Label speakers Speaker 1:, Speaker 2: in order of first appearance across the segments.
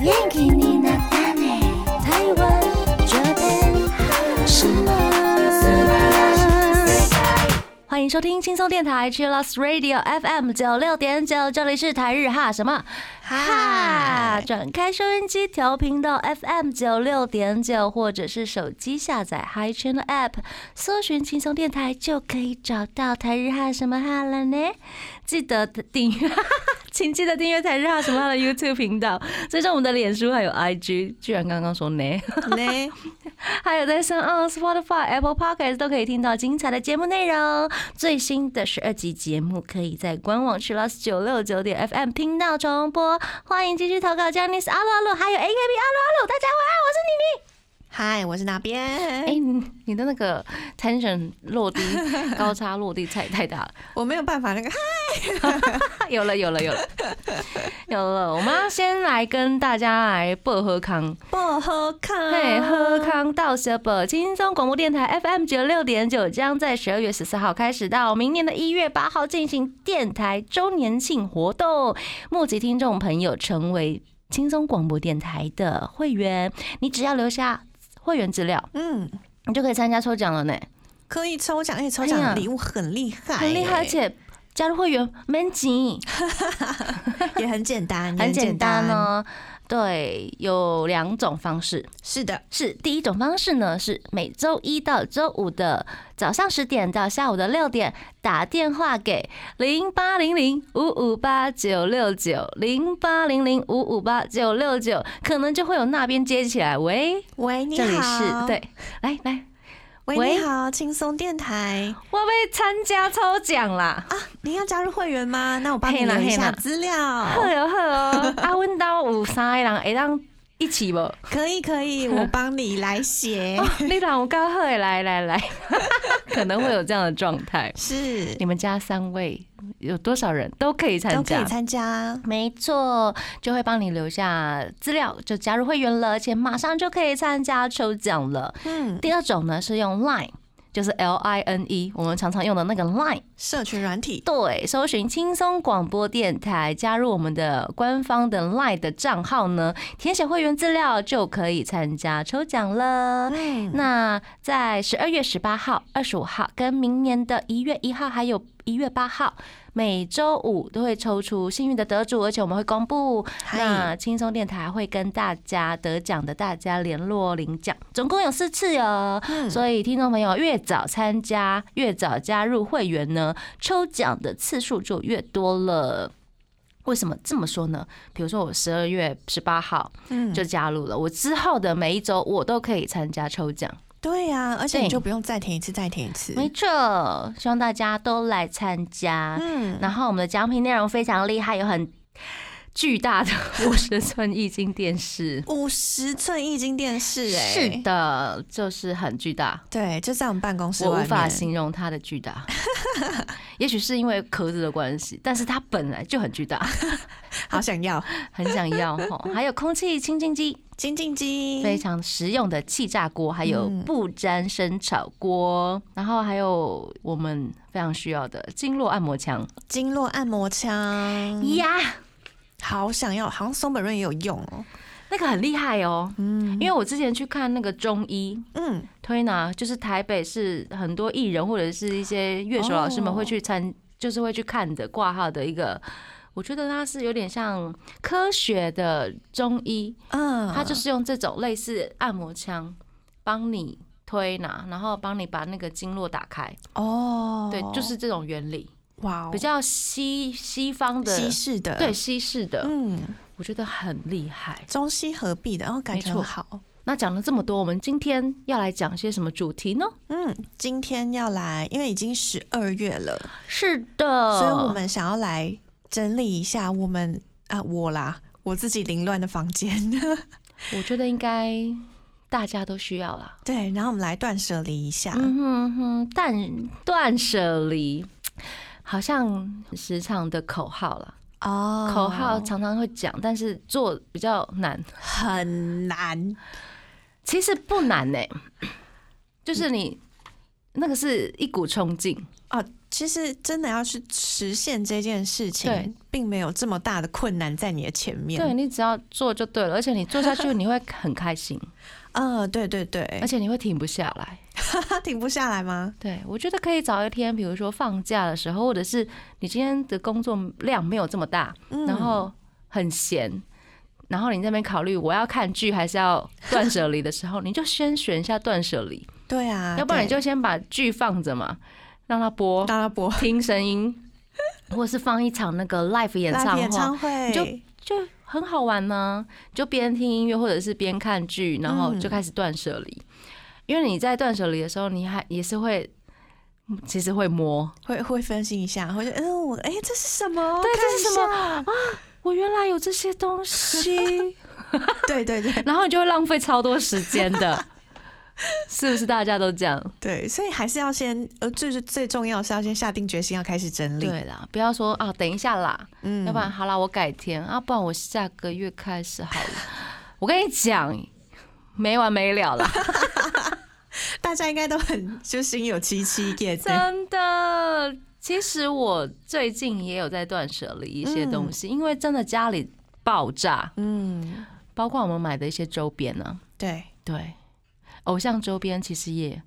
Speaker 1: 元気になったね台湾 Japan 什么
Speaker 2: 欢迎收听轻松电台 c h i l l o s Radio FM 九六点九，这里是台日哈什么哈，转开收音机调频道 FM 九六点九，或者是手机下载 Hi Channel App，搜寻轻松电台就可以找到台日哈什么哈了呢。记得订阅， 请记得订阅台日哈什么哈的 YouTube 频道，追踪我们的脸书还有 IG。居然刚刚说呢。
Speaker 3: 呢，
Speaker 2: 还有在上岸 Spotify、Apple Podcast 都可以听到精彩的节目内容。最新的十二集节目可以在官网 c h i l o s 九六九点 FM 频道重播。欢迎继续投稿 j a n i c e 阿鲁阿鲁，还有 AKB 阿鲁阿鲁。大家晚
Speaker 3: 嗨，我是哪边？
Speaker 2: 安，我是妮妮。哎、你你的那个 tension 落地高差落地太太大了。
Speaker 3: 我没有办法那个 嗨，
Speaker 2: 有了有了有了 有了，我们要先来跟大家来薄荷康。
Speaker 3: 薄荷看
Speaker 2: 嘿，喝康到小宝轻松广播电台 FM 九六点九将在十二月十四号开始到明年的一月八号进行电台周年庆活动，募集听众朋友成为轻松广播电台的会员，你只要留下会员资料，
Speaker 3: 嗯，
Speaker 2: 你就可以参加抽奖了呢，
Speaker 3: 可以抽奖，而且抽
Speaker 2: 哎呀
Speaker 3: 奖礼物很厉害、
Speaker 2: 很厉害，而
Speaker 3: 哎
Speaker 2: 且加入会员没钱。
Speaker 3: 也很简 单，也
Speaker 2: 很简
Speaker 3: 简
Speaker 2: 单。哦呢、对，有两种方式。
Speaker 3: 是的，
Speaker 2: 是第一种方式呢，是每周一到周五的早上十点到下午的六点，打电话给零八零零五五八九六九零八零零五五八九六九，可能就会有那边接起来，喂，
Speaker 3: 喂，你
Speaker 2: 这
Speaker 3: 好，
Speaker 2: 里是，对，来来，
Speaker 3: 喂，你好，轻松电台，啊
Speaker 2: 我被参加抽奖啦，
Speaker 3: 你要加入会员吗？那我帮你
Speaker 2: 嘿啦
Speaker 3: 留一
Speaker 2: 嘿
Speaker 3: 下
Speaker 2: 啦
Speaker 3: 资料
Speaker 2: 好，哦好 哦，啊，阮兜有三个人会当一起无？
Speaker 3: 可以可以，我帮你来写
Speaker 2: 哦，，你让我高贺，来来来， 可能会有这样的状态。
Speaker 3: 是
Speaker 2: 你们家三位有多少人都可以参
Speaker 3: 都可
Speaker 2: 加
Speaker 3: 以？参加，
Speaker 2: 没错，就会帮你留下资料，就加入会员了，而且马上就可以参加抽奖了。
Speaker 3: 嗯，
Speaker 2: 第二种呢是用 Line，就是 L I N E，我们常常用的那个 Line。
Speaker 3: 社群软体，
Speaker 2: 对，搜寻轻松广播电台，加入我们的官方的 LINE 的账号呢，填写会员资料就可以参加抽奖了。
Speaker 3: 嗯，
Speaker 2: 哦那在十二月十八号、二十五号跟明年的一月一号还有一月八号，每周五都会抽出幸运的得主，而且我们会公布。
Speaker 3: 嗨，
Speaker 2: 那轻松电台会跟大家得奖的大家联络领奖，总共有四次哦。
Speaker 3: 嗯
Speaker 2: 所以听众朋友越早参加，越早加入会员呢，抽奖的次数就越多了。为什么这么说呢？比如说我十二月十八号
Speaker 3: 嗯
Speaker 2: 就加入了，我之后的每一周我都可以参加抽奖。
Speaker 3: 对呀、而且
Speaker 2: 对嗯
Speaker 3: 你就不用再填一次，再填一次。
Speaker 2: 没错，希望大家都来参加。
Speaker 3: 嗯，
Speaker 2: 然后我们的奖品内容非常厉害，有很巨大的 五十寸液晶电视。
Speaker 3: 五十寸液晶电视、哎，
Speaker 2: 是，的，就是很巨大，
Speaker 3: 对，就在我们办公室
Speaker 2: 我
Speaker 3: 外
Speaker 2: 无
Speaker 3: 面。
Speaker 2: 法形容它的巨大。 也许是因为壳子的关系，但是它本来就很巨大，
Speaker 3: 好想要
Speaker 2: 很想要吼。还有空气清净机，
Speaker 3: 金靖机，
Speaker 2: 非常实用的气炸锅，还有
Speaker 3: 嗯
Speaker 2: 不粘生炒锅，然后还有我们非常需要的经络按摩枪
Speaker 3: 经络按摩枪，
Speaker 2: 呀。
Speaker 3: 好想要，好像松本润也有用哦。
Speaker 2: 那个很厉害哦，
Speaker 3: 嗯
Speaker 2: 因为我之前去看那个中医
Speaker 3: 嗯，
Speaker 2: 推拿，就是台北市很多艺人或者是一些乐手老师们
Speaker 3: 哦
Speaker 2: 会去参，就是会去看的挂号的一个。我觉得它是有点像科学的中医，
Speaker 3: 嗯，
Speaker 2: 它就是用这种类似按摩枪帮你推拿，然后帮你把那个经络打开，
Speaker 3: 哦，
Speaker 2: 对，就是这种原理，
Speaker 3: 哇哦，
Speaker 2: 比较西西方的
Speaker 3: 西，式的，
Speaker 2: 对，西式的，
Speaker 3: 嗯，
Speaker 2: 我觉得很厉害。
Speaker 3: 中西合璧的，哦，感觉
Speaker 2: 没错
Speaker 3: 很好。
Speaker 2: 那讲了这么多，我们今天要来讲些什么主题呢？
Speaker 3: 嗯，今天要来，因为已经十二月了，
Speaker 2: 是的，
Speaker 3: 所以我们想要来整理一下我们啊，我啦，我自己凌乱的房间。
Speaker 2: 我觉得应该大家都需要啦。
Speaker 3: 对，然后我们来断舍离一下。
Speaker 2: 嗯哼哼，断断舍离。好像时常的口号啦，
Speaker 3: 哦
Speaker 2: 口号常常会讲，但是做比较难。
Speaker 3: 很难，
Speaker 2: 其实不欸难呢、就是你那个是一股冲劲，
Speaker 3: 哦，其实真的要去实现这件事
Speaker 2: 对
Speaker 3: 情，并没有这么大的困难在你的前面。
Speaker 2: 对，你只要做就对了，而且你做下 去你会很开心，
Speaker 3: 嗯、对对对，
Speaker 2: 而且你会停不下来。
Speaker 3: 他停不下来吗？
Speaker 2: 对，我觉得可以找一天，比如说放假的时候，或者是你今天的工作量没有这么大，
Speaker 3: 嗯
Speaker 2: 然后很闲，然后你那边考虑我要看剧还是要断舍离的时候，你就先选一下断舍离，
Speaker 3: 对啊，
Speaker 2: 要不然你
Speaker 3: 对
Speaker 2: 就先把剧放着嘛，让它播，
Speaker 3: 当然播
Speaker 2: 听声 音，或是放一场那个 live 演
Speaker 3: live
Speaker 2: 唱
Speaker 3: 演
Speaker 2: 会。
Speaker 3: 唱会，
Speaker 2: 你就很好玩呢、就边听音乐或者是边看剧，然后就开始断舍离。因为你在断舍离的时候，你还也是会，嗯其实会摸，
Speaker 3: 会会分析一下，会觉得嗯，我哎、这是什么？
Speaker 2: 对
Speaker 3: 看
Speaker 2: 这是
Speaker 3: 一
Speaker 2: 什么
Speaker 3: 下？
Speaker 2: 我原来有这些东西，
Speaker 3: 对对对
Speaker 2: 然后你就会浪费超多时间的，是不是？大家都这样。
Speaker 3: 对，所以还是要先呃，最最最重要是要先下定决心要开始整理，
Speaker 2: 对啦，不要说啊，等一下啦，
Speaker 3: 嗯
Speaker 2: 要不然好啦，我改天啊，不然我下个月开始好了。我跟你讲，没完没了啦。
Speaker 3: 大家应该都很就心有戚戚焉。
Speaker 2: 真的，其实我最近也有在断舍离一些东西，因为真的家里爆炸，
Speaker 3: 嗯，
Speaker 2: 包括我们买的一些周边呢、
Speaker 3: 对，
Speaker 2: 对，偶像周边其实也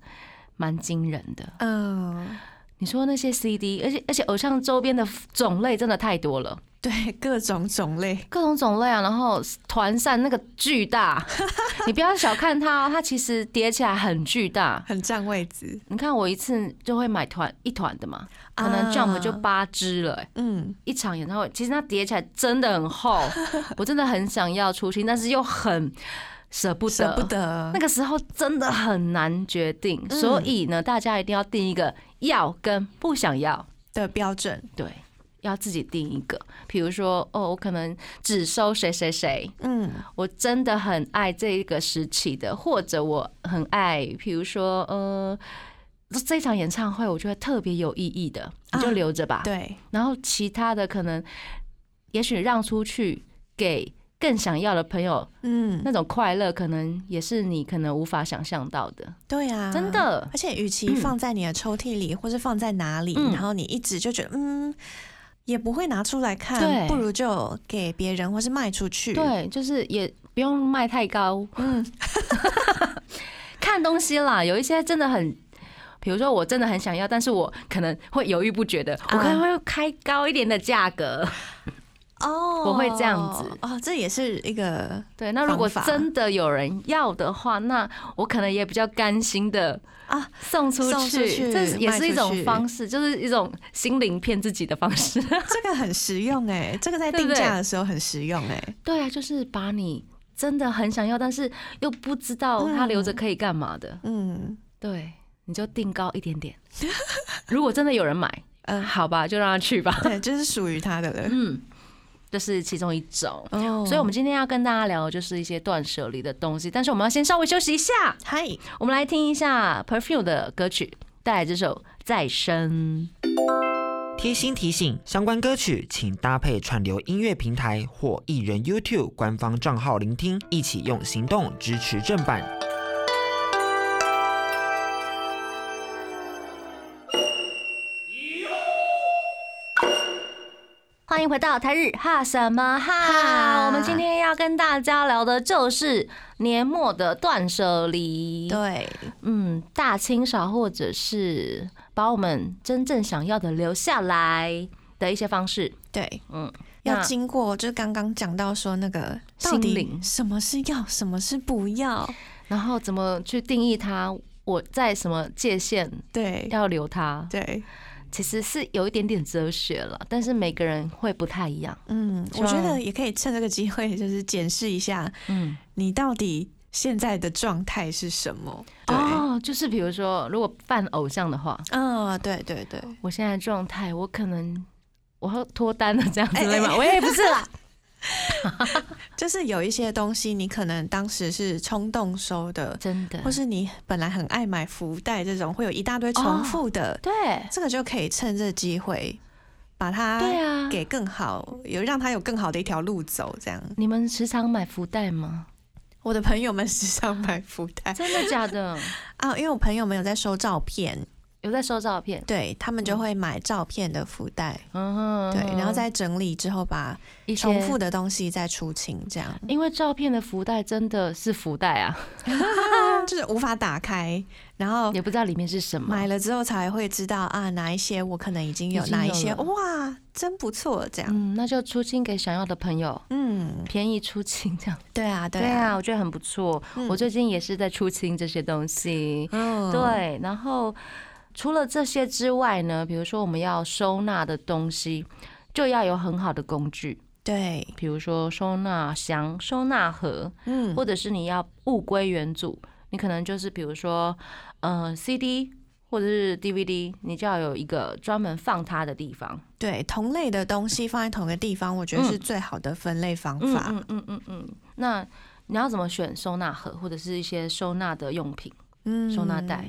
Speaker 2: 蛮惊人的。
Speaker 3: 嗯，
Speaker 2: 你说那些 CD，而且而且偶像周边的种类真的太多了，
Speaker 3: 对，各种种类，
Speaker 2: 各种种类啊，然后团扇那个巨大，你不要小看它哦，它其实叠起来很巨大。
Speaker 3: 很占位置，
Speaker 2: 你看我一次就会买团一团的嘛，可能
Speaker 3: 啊
Speaker 2: Jump 就八支了、欸
Speaker 3: 嗯，
Speaker 2: 一场演唱会，其实它叠起来真的很 厚，我真的很想要出清，但是又很舍不得，
Speaker 3: 舍不。得嗯
Speaker 2: 那。个时候真的很难决定，所以呢，大家一定要定一个要跟不想要，
Speaker 3: 的标准，
Speaker 2: 对，要自己定一个。比如说，哦，我可能只收谁谁谁，
Speaker 3: 嗯，
Speaker 2: 我真的很爱这一个时期的，或者我很爱，比如说，呃，这场演唱会我觉得特别有意义的，你就
Speaker 3: 啊
Speaker 2: 留着吧。
Speaker 3: 对，
Speaker 2: 然后其他的可能也许让出去给更想要的朋友，
Speaker 3: 嗯，
Speaker 2: 那种快乐可能也是你可能无法想象到的，
Speaker 3: 对啊，
Speaker 2: 真。的。
Speaker 3: 而且，与其放在你的抽屉里，或是放在哪里，
Speaker 2: 嗯
Speaker 3: 然后你一直就觉得，嗯，也不会拿出来
Speaker 2: 对
Speaker 3: 看，不如就给别人或是卖出去。，
Speaker 2: 对，就是也不用卖太高，
Speaker 3: 嗯，
Speaker 2: 看东西啦，有一些真的很。比如说，我真的很想要，但是我可能会犹豫不决
Speaker 3: 啊
Speaker 2: 的，我可能会开高一点的价格。
Speaker 3: 哦，
Speaker 2: 我会这样子
Speaker 3: 哦，这也是一个
Speaker 2: 对，那如果
Speaker 3: 方法
Speaker 2: 真的有人要的话，那我可能也比较甘心的
Speaker 3: 啊，
Speaker 2: 送出
Speaker 3: 送出
Speaker 2: 去，
Speaker 3: 去
Speaker 2: 这也是一
Speaker 3: 卖出
Speaker 2: 种
Speaker 3: 去
Speaker 2: 方式，就是一种心灵骗自己的方式。
Speaker 3: 这个很实用哎、这个在
Speaker 2: 对不
Speaker 3: 定
Speaker 2: 对
Speaker 3: 价的时候很实用哎、
Speaker 2: 对啊，就是把你真的很想要，但是又不知道它留着可以干嘛的，
Speaker 3: 嗯
Speaker 2: 对，你就定高一点点。 如果真的有人买，
Speaker 3: 嗯、呃
Speaker 2: 好吧，就让他去吧。
Speaker 3: 对，就是属于他的了。
Speaker 2: 嗯，这是其中一种。
Speaker 3: 哦
Speaker 2: 嗯所以，我们今天要跟大家聊的就是一些断舍离的东西，但是我们要先稍微休息一下，
Speaker 3: 嗨，
Speaker 2: 我们来听一下 Perfume 的歌曲，带来这首《再生》。
Speaker 4: 贴心提醒：相关歌曲请搭配串流音乐平台或艺人 YouTube 官方账号聆听，一起用行动支持正版。
Speaker 2: 欢迎回到台日哈什么哈？
Speaker 3: 哈
Speaker 2: 我们今天要跟大家聊的就是年末的断舍离。
Speaker 3: 对，
Speaker 2: 嗯，大清扫或者是把我们真正想要的留下来的一些方式。
Speaker 3: 对，
Speaker 2: 嗯
Speaker 3: 嗯，要
Speaker 2: 那
Speaker 3: 经过就是刚刚讲到说那个到
Speaker 2: 心
Speaker 3: 底
Speaker 2: 灵
Speaker 3: 什么是要，什么是不要，
Speaker 2: 然后怎么去定义它？我在什么界限
Speaker 3: 对
Speaker 2: 要留它？
Speaker 3: 对，
Speaker 2: 其实是有一点点哲学了，但是每个人会不太一样。
Speaker 3: 嗯，
Speaker 2: 希
Speaker 3: 我觉
Speaker 2: 望
Speaker 3: 得也可以趁这个机会，就是检视一下
Speaker 2: 嗯，
Speaker 3: 你到底现在的状态是什么。对，
Speaker 2: 哦，就是比如说，如果扮偶像的话，
Speaker 3: 嗯、对对对，
Speaker 2: 我现在的状态，我可能我要脱单了这样子
Speaker 3: 哎
Speaker 2: 对
Speaker 3: 哎
Speaker 2: 吗？
Speaker 3: 哎
Speaker 2: 我也不是 啦，
Speaker 3: 就是有一些东西你可能当时是冲动收的，
Speaker 2: 真的
Speaker 3: 或，是你本来很爱买福袋这种，会有一大堆
Speaker 2: 哦
Speaker 3: 重复的，
Speaker 2: 对
Speaker 3: 这个就可以趁这机会把它
Speaker 2: 对啊。
Speaker 3: 给更好，有让它有更好的一条路走。这样，
Speaker 2: 你们时常买福袋吗？
Speaker 3: 我的 朋友们时常买福袋
Speaker 2: 真的假的？
Speaker 3: 啊，因为我朋友们有在收照片，
Speaker 2: 有在收照片，
Speaker 3: 对他们就会买照片的福袋，
Speaker 2: 嗯哼，
Speaker 3: 对，然后再整理之后把
Speaker 2: 一
Speaker 3: 重复
Speaker 2: 的，
Speaker 3: 的东西再出清，这 样
Speaker 2: 因为照片的福袋真的是福袋啊，
Speaker 3: 就是无法打开，然后
Speaker 2: 也不知道里面是什么。
Speaker 3: 哦买了之后才会知道啊，哪一些我可能已经有，
Speaker 2: 已经有
Speaker 3: 哪一些
Speaker 2: 了
Speaker 3: 哇，真不错，这样，
Speaker 2: 嗯，那就出清给想要的朋友，
Speaker 3: 嗯，
Speaker 2: 便宜出清这样。
Speaker 3: 对啊，对
Speaker 2: 对
Speaker 3: 啊，
Speaker 2: 啊，我觉得很不错。
Speaker 3: 嗯
Speaker 2: 我最近也是在出清这些东西。
Speaker 3: 嗯，
Speaker 2: 对，然后除了这些之外呢，比如说我们要收纳的东西，就要有很好的工具，
Speaker 3: 对，
Speaker 2: 比如说收纳箱、收纳盒，
Speaker 3: 嗯，
Speaker 2: 或者是你要物归原主，你可能就是比如说，呃，CD 或者是 DVD，你就要有一个专门放它的地方。
Speaker 3: 对，同类的东西放在同个地方，我觉得是
Speaker 2: 嗯
Speaker 3: 最好的分类方
Speaker 2: 嗯
Speaker 3: 法。
Speaker 2: 嗯嗯嗯嗯。那你要怎么选收纳盒或者是一些收纳的用品、
Speaker 3: 嗯
Speaker 2: 收纳袋？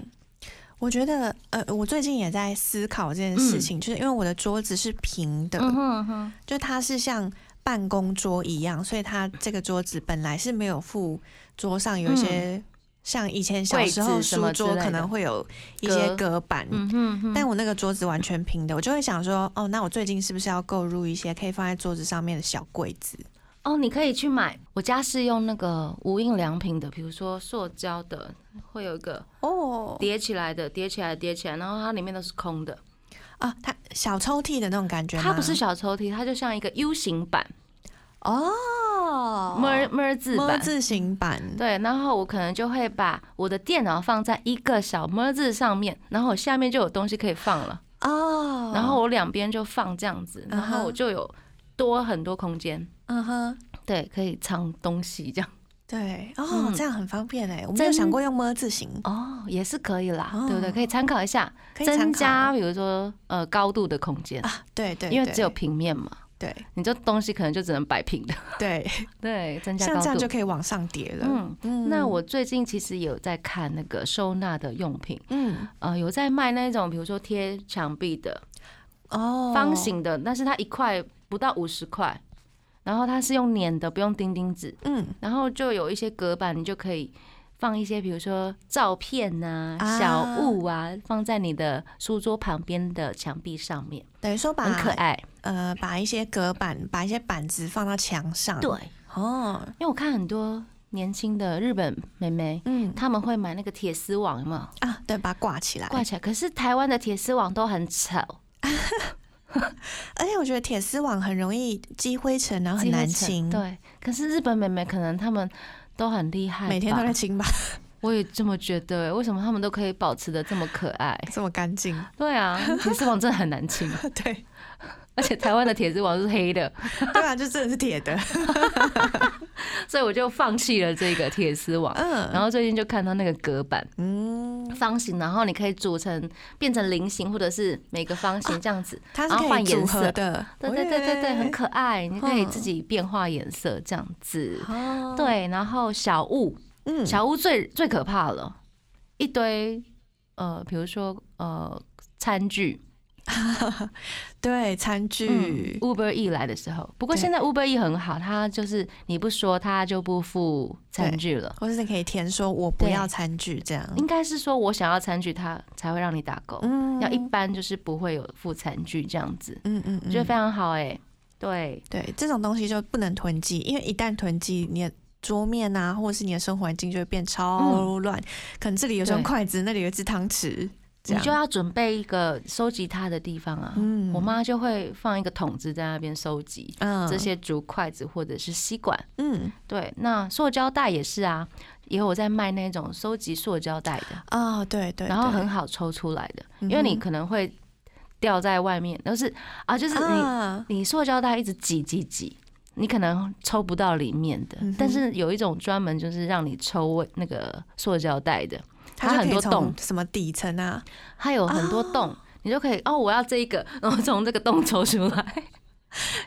Speaker 3: 我觉得，呃，我最近也在思考这件事情，就是因为我的桌子是平的，
Speaker 2: 嗯哼嗯哼，
Speaker 3: 就它是像办公桌一样，所以它这个桌子本来是没有附桌上有一些、
Speaker 2: 嗯
Speaker 3: 像以前小时候
Speaker 2: 柜子什么
Speaker 3: 书
Speaker 2: 之
Speaker 3: 桌
Speaker 2: 类的
Speaker 3: 可能会有一些隔板，
Speaker 2: 嗯哼哼，
Speaker 3: 但我那个桌子完全平的，我就会想说，哦，那我最近是不是要购入一些可以放在桌子上面的小柜子？
Speaker 2: 哦，你可以去买。我家是用那个无印良品的，比如说塑胶的，会有一个
Speaker 3: 哦，
Speaker 2: 叠起来的，叠起来，叠起来，然后它里面都是空的。
Speaker 3: 啊，它小抽屉的那种感觉吗？
Speaker 2: 它不是小抽屉，它就像一个 U 型版、
Speaker 3: 哦，
Speaker 2: 么么字
Speaker 3: 么
Speaker 2: 版。
Speaker 3: 字形版，
Speaker 2: 对，然后我可能就会把我的电脑放在一个小么字上面，然后我下面就有东西可以放了，
Speaker 3: 哦，
Speaker 2: 然后我两边就放这样子，然后我就有多很多空间，
Speaker 3: 嗯哼。
Speaker 2: 对，可以藏东西这样。
Speaker 3: 对哦，
Speaker 2: 嗯
Speaker 3: 这样很方便哎，我们
Speaker 2: 真
Speaker 3: 有想过用么字形，
Speaker 2: 哦，也是可以啦，
Speaker 3: 哦
Speaker 2: 对不对？可以参考一下，
Speaker 3: 可以参考
Speaker 2: 增加比如说呃高度的空间，
Speaker 3: 啊，对对，
Speaker 2: 因为
Speaker 3: 对
Speaker 2: 只有平面嘛，
Speaker 3: 对
Speaker 2: 你这东西可能就只能摆平的，
Speaker 3: 对，
Speaker 2: 对，增加
Speaker 3: 像
Speaker 2: 高
Speaker 3: 这样就
Speaker 2: 度。
Speaker 3: 可以往上叠了。
Speaker 2: 嗯，
Speaker 3: 嗯
Speaker 2: 那我最近其实也有在看那个收纳的用品，
Speaker 3: 嗯
Speaker 2: 呃，有在卖那种比如说贴墙壁的
Speaker 3: 哦，
Speaker 2: 方形的，但是它一块不到五十块，然后它是用粘的，不用钉钉子，
Speaker 3: 嗯
Speaker 2: 然后就有一些隔板，你就可以放一些，比如说照片呐、
Speaker 3: 啊
Speaker 2: 小物啊，放在你的书桌旁边的墙壁上面，
Speaker 3: 等于说把
Speaker 2: 很可爱。
Speaker 3: 呃把一些隔板、把一些板子放到墙上。
Speaker 2: 对，
Speaker 3: 哦，
Speaker 2: 因为我看很多年轻的日本妹妹，
Speaker 3: 嗯
Speaker 2: 她们会买那个铁丝网嘛，有没有
Speaker 3: 啊，对，哦把它挂起来。
Speaker 2: 挂起来。可是台湾的铁丝网都很丑，
Speaker 3: 而且我觉得铁丝网很容易积灰尘，然后很难清。
Speaker 2: 积灰尘，对，可是日本妹妹可能她们都很厉害吧，
Speaker 3: 每天都在清吧，
Speaker 2: 我也这么觉得、为什么她们都可以保持的这么可 爱？
Speaker 3: 这么干净。
Speaker 2: 对啊，铁丝网真的很难 清。
Speaker 3: 对
Speaker 2: 而且台湾的铁丝网是黑的，
Speaker 3: 对啊，就真的是铁的。
Speaker 2: 所以我就放弃了这个铁丝网。然
Speaker 3: 嗯
Speaker 2: 后最近就看到那个隔板
Speaker 3: 嗯，
Speaker 2: 方形，然后你可以组成变成菱形，或者是每个方 形这样子。
Speaker 3: 它是
Speaker 2: 然后
Speaker 3: 可以
Speaker 2: 换颜
Speaker 3: 组合
Speaker 2: 色
Speaker 3: 的。
Speaker 2: 对对对对对，
Speaker 3: 喂
Speaker 2: 很可爱，你可以
Speaker 3: 哦嗯
Speaker 2: 自己变化颜色这样子。
Speaker 3: 哦，
Speaker 2: 对，然后小物，
Speaker 3: 嗯
Speaker 2: 小物最最可怕了，一堆呃，比如说呃餐具，
Speaker 3: 对，餐具
Speaker 2: 嗯、，Uber E 来的时候，不过
Speaker 3: 对
Speaker 2: 现在 Uber E 很好，它就是你不说，它就不付餐具了。
Speaker 3: 或是你可以填说我不
Speaker 2: 对嗯
Speaker 3: 要餐具这样。
Speaker 2: 应该是说我想要餐具，它才会让你打勾。
Speaker 3: 嗯
Speaker 2: 要一般就是不会有副餐具这样子，
Speaker 3: 嗯嗯
Speaker 2: 我
Speaker 3: 嗯，
Speaker 2: 觉得非常好哎、对，
Speaker 3: 对这种东西就不能囤积，因为一旦囤积，你的桌面啊，或者是你的生活环境就会变超乱，可能这里有双
Speaker 2: 嗯对
Speaker 3: 筷子，那里有一只汤匙，这
Speaker 2: 你
Speaker 3: 样
Speaker 2: 就要准备一个收集它的地方啊。
Speaker 3: 嗯
Speaker 2: 我妈就会放一个桶子在那边收集
Speaker 3: 嗯
Speaker 2: 这些竹筷子或者是吸管。
Speaker 3: 嗯
Speaker 2: 对，那塑胶袋也是啊，也有在卖那种收集塑胶袋的，
Speaker 3: 啊、对对，
Speaker 2: 然后
Speaker 3: 对
Speaker 2: 很好抽出来的，
Speaker 3: 嗯哼
Speaker 2: 因为你可能会掉在外面，都是啊，就是你
Speaker 3: 啊
Speaker 2: 你塑胶袋一直挤挤挤，你可能抽不到里面的。
Speaker 3: 嗯哼
Speaker 2: 但是有一种专门就是让你抽那个塑胶袋的，
Speaker 3: 它
Speaker 2: 它
Speaker 3: 就
Speaker 2: 很
Speaker 3: 可以
Speaker 2: 多
Speaker 3: 从
Speaker 2: 洞
Speaker 3: 什么底层啊，
Speaker 2: 它有很多洞，你就可以哦，我要这一个，然后从这个洞抽出来。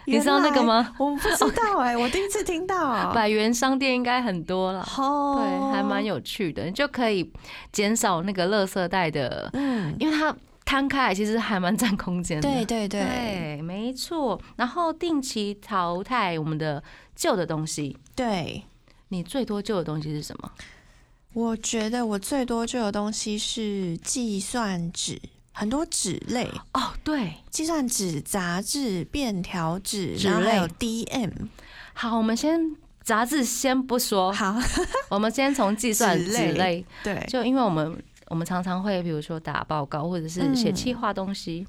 Speaker 2: 你知道那个吗？
Speaker 3: 原来？我不知道哎、我第一次 听到。
Speaker 2: 百元商店应该很多啦，
Speaker 3: 哦，
Speaker 2: 对，还蛮有趣的，你就可以减少那个垃圾袋的，
Speaker 3: 嗯，
Speaker 2: 因为它摊开来其实还蛮占空间的。
Speaker 3: 对对对，
Speaker 2: 对，没错。然后定期淘汰我们的旧的东西，
Speaker 3: 对，
Speaker 2: 你最多旧的东西是什么？
Speaker 3: 我觉得我最多就有东西是计算纸，很多纸类，
Speaker 2: 哦，对，
Speaker 3: 计算纸、杂志、便条纸，
Speaker 2: 纸
Speaker 3: 然后还有
Speaker 2: 类
Speaker 3: DM。
Speaker 2: 好，我们先杂志先不说，
Speaker 3: 好，
Speaker 2: 我们先从计算
Speaker 3: 纸
Speaker 2: 纸
Speaker 3: 类
Speaker 2: 类，
Speaker 3: 哦 对，
Speaker 2: 就因为我们我们常常会比如说打报告或者是写
Speaker 3: 嗯
Speaker 2: 企划东西，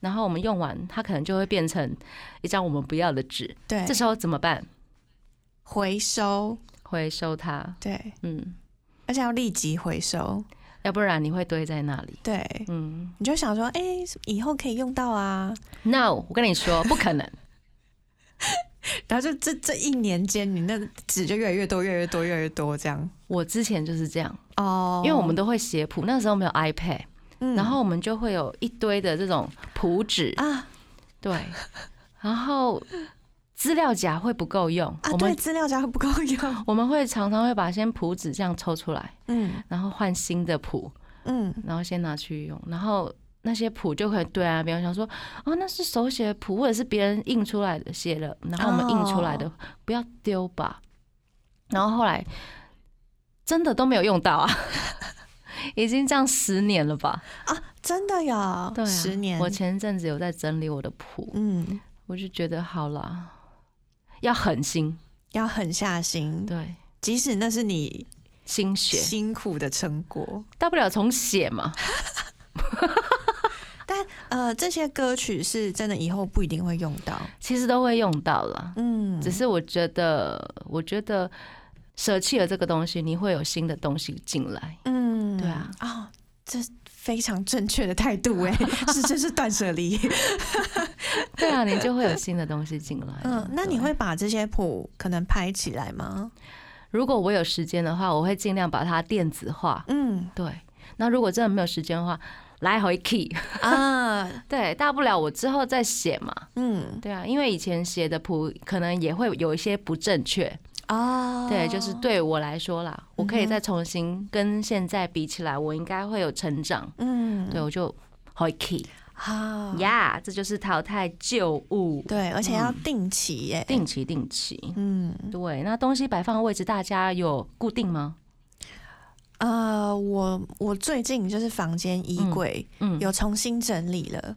Speaker 2: 然后我们用完它可能就会变成一张我们不要的纸，
Speaker 3: 对
Speaker 2: 这，时候怎么办？
Speaker 3: 回收，
Speaker 2: 回收它，
Speaker 3: 对，
Speaker 2: 嗯，
Speaker 3: 而且要立即回收，
Speaker 2: 要不然你会堆在那里。
Speaker 3: 对，
Speaker 2: 嗯
Speaker 3: 你就想说，哎、以后可以用到啊，
Speaker 2: ，no，我跟你说，不可能。
Speaker 3: 然后就这这一年间，你那个纸就越来越多，越来越多，越来越多这样。
Speaker 2: 我之前就是这样，
Speaker 3: 哦
Speaker 2: 因为我们都会写谱，那时候没有 iPad，、
Speaker 3: 嗯
Speaker 2: 然后我们就会有一堆的这种谱纸，
Speaker 3: 啊
Speaker 2: 对，然后资料夹会不够用，
Speaker 3: 啊，
Speaker 2: 我
Speaker 3: 对，
Speaker 2: 们
Speaker 3: 资料夹不够用，
Speaker 2: 我们会常常会把先谱纸这样抽出来，
Speaker 3: 嗯
Speaker 2: 然后换新的谱，
Speaker 3: 嗯，
Speaker 2: 然后先拿去用，然后那些谱就可以对啊，比方想说，哦，那是手写的谱，或者是别人印出来的写了，然后我们印出来的，不要丢吧。然后后来真的都没有用到啊，已经这样十年了吧？
Speaker 3: 真的有，
Speaker 2: 对啊，
Speaker 3: 十年，
Speaker 2: 我前阵子有在整理我的谱，
Speaker 3: 嗯，
Speaker 2: 我就觉得好啦，要狠心，
Speaker 3: 要狠下心，
Speaker 2: 对，
Speaker 3: 即使那是你
Speaker 2: 心血，
Speaker 3: 辛苦的成果。
Speaker 2: 大不了重写嘛。
Speaker 3: 呃，这些歌曲是真的以后不一定会用到，
Speaker 2: 其实都会用到了，
Speaker 3: 嗯，
Speaker 2: 只是我觉得，我觉得舍弃了这个东西，你会有新的东西进来。
Speaker 3: 嗯，
Speaker 2: 对啊，
Speaker 3: 哦，这非常正确的态度 哎，是这是断舍离。
Speaker 2: 对啊，你就会有新的东西进来。
Speaker 3: 嗯，那你
Speaker 2: 对
Speaker 3: 会把这些谱可能拍起来吗？
Speaker 2: 如果我有时间的话，我会尽量把它电子化。
Speaker 3: 嗯
Speaker 2: 对，那如果真的没有时间的话，来回 key。
Speaker 3: 啊，
Speaker 2: 对，大不了我之后再写嘛。
Speaker 3: 嗯
Speaker 2: 对啊，因为以前写的谱可能也会有一些不正确。
Speaker 3: 哦，嗯
Speaker 2: 对，就是对我来说啦，我可以再重新跟现在比起来，我应该会有成长。
Speaker 3: 嗯，
Speaker 2: 对，我就回 key。
Speaker 3: 好，
Speaker 2: 呀这就是淘汰旧物，
Speaker 3: 嗯对，而且要定期耶，
Speaker 2: 嗯定期定期。
Speaker 3: 嗯
Speaker 2: 对，那东西摆放的位置大家有固定吗？
Speaker 3: 呃，我我最近就是房间衣柜
Speaker 2: 嗯，
Speaker 3: 有重新整理了。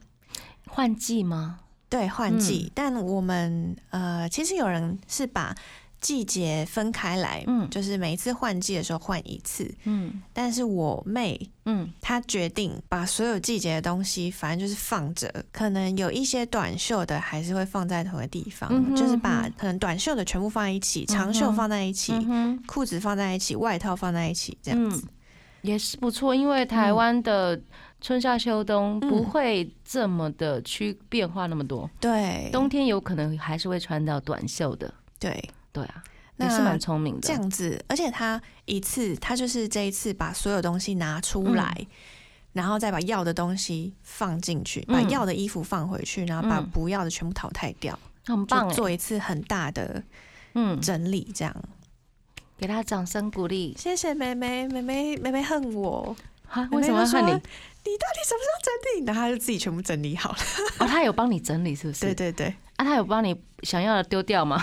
Speaker 2: 换季吗？
Speaker 3: 对，换季，
Speaker 2: 嗯
Speaker 3: 但我们呃，其实有人是把季节分开来，
Speaker 2: 嗯
Speaker 3: 就是每一次换季的时候换一次。
Speaker 2: 嗯
Speaker 3: 但是我妹
Speaker 2: 嗯
Speaker 3: 她决定把所有季节的东西，反正就是放着，可能有一些短袖的还是会放在同一个地方，
Speaker 2: 嗯哼
Speaker 3: 就是把
Speaker 2: 嗯
Speaker 3: 可能短袖的全部放在一起，长
Speaker 2: 嗯
Speaker 3: 袖
Speaker 2: 哼
Speaker 3: 放在一起，
Speaker 2: 嗯哼，
Speaker 3: 裤子放在一起，外套放在一起，这样子。嗯
Speaker 2: 嗯也是不错，因为台湾的春夏秋冬不会这么的区变化那么多，
Speaker 3: 对，
Speaker 2: 冬天有可能还是会穿到短袖的。
Speaker 3: 对，
Speaker 2: 对啊，也
Speaker 3: 那
Speaker 2: 是蛮聪明
Speaker 3: 这
Speaker 2: 的。
Speaker 3: 样子，而且他一次，他就是这一次把所有东西拿出来，然后再把要的东西放进去，
Speaker 2: 嗯
Speaker 3: 把要的衣服放回去，然后把
Speaker 2: 嗯
Speaker 3: 不要的全部淘汰掉，
Speaker 2: 很棒
Speaker 3: 就
Speaker 2: 哎，
Speaker 3: 做一次很大的
Speaker 2: 嗯，
Speaker 3: 整理。这样，
Speaker 2: 给他掌声鼓励。
Speaker 3: 谢谢妹妹，妹妹，妹妹恨我，
Speaker 2: 啊，
Speaker 3: 妹
Speaker 2: 为
Speaker 3: 妹
Speaker 2: 什么要
Speaker 3: 就说
Speaker 2: 换你？
Speaker 3: 你到底什么时候整理？然后他就自己全部整理好了。
Speaker 2: 哦，他有帮你整理是不是？
Speaker 3: 对对对，
Speaker 2: 啊，他有帮你想要的丢掉吗？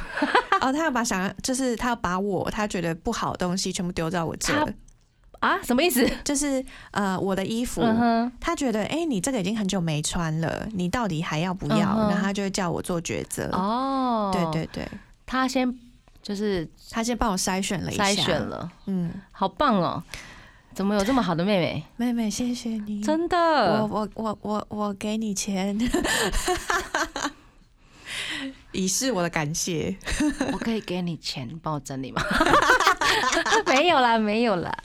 Speaker 3: 哦，他要把想要，就是他要把我他觉得不好的东西全部丢在我这
Speaker 2: 他，啊，什么意思？
Speaker 3: 就是呃我的衣服。
Speaker 2: 嗯哼，
Speaker 3: 他觉得，哎、你这个已经很久没穿了，你到底还要不要？
Speaker 2: 嗯哼
Speaker 3: 然后他就会叫我做抉择。
Speaker 2: 哦，
Speaker 3: 对，对对，
Speaker 2: 他先就是
Speaker 3: 他先帮我筛选了一下。
Speaker 2: 筛选，了，
Speaker 3: 嗯，
Speaker 2: 好棒哦！怎么有这么好的妹妹？
Speaker 3: 妹妹，谢谢你，
Speaker 2: 真
Speaker 3: 我
Speaker 2: 的，
Speaker 3: 我我我我给你钱， 以示我的感谢。
Speaker 2: 我可以给你钱你帮我整理吗？ 没有啦，没有啦。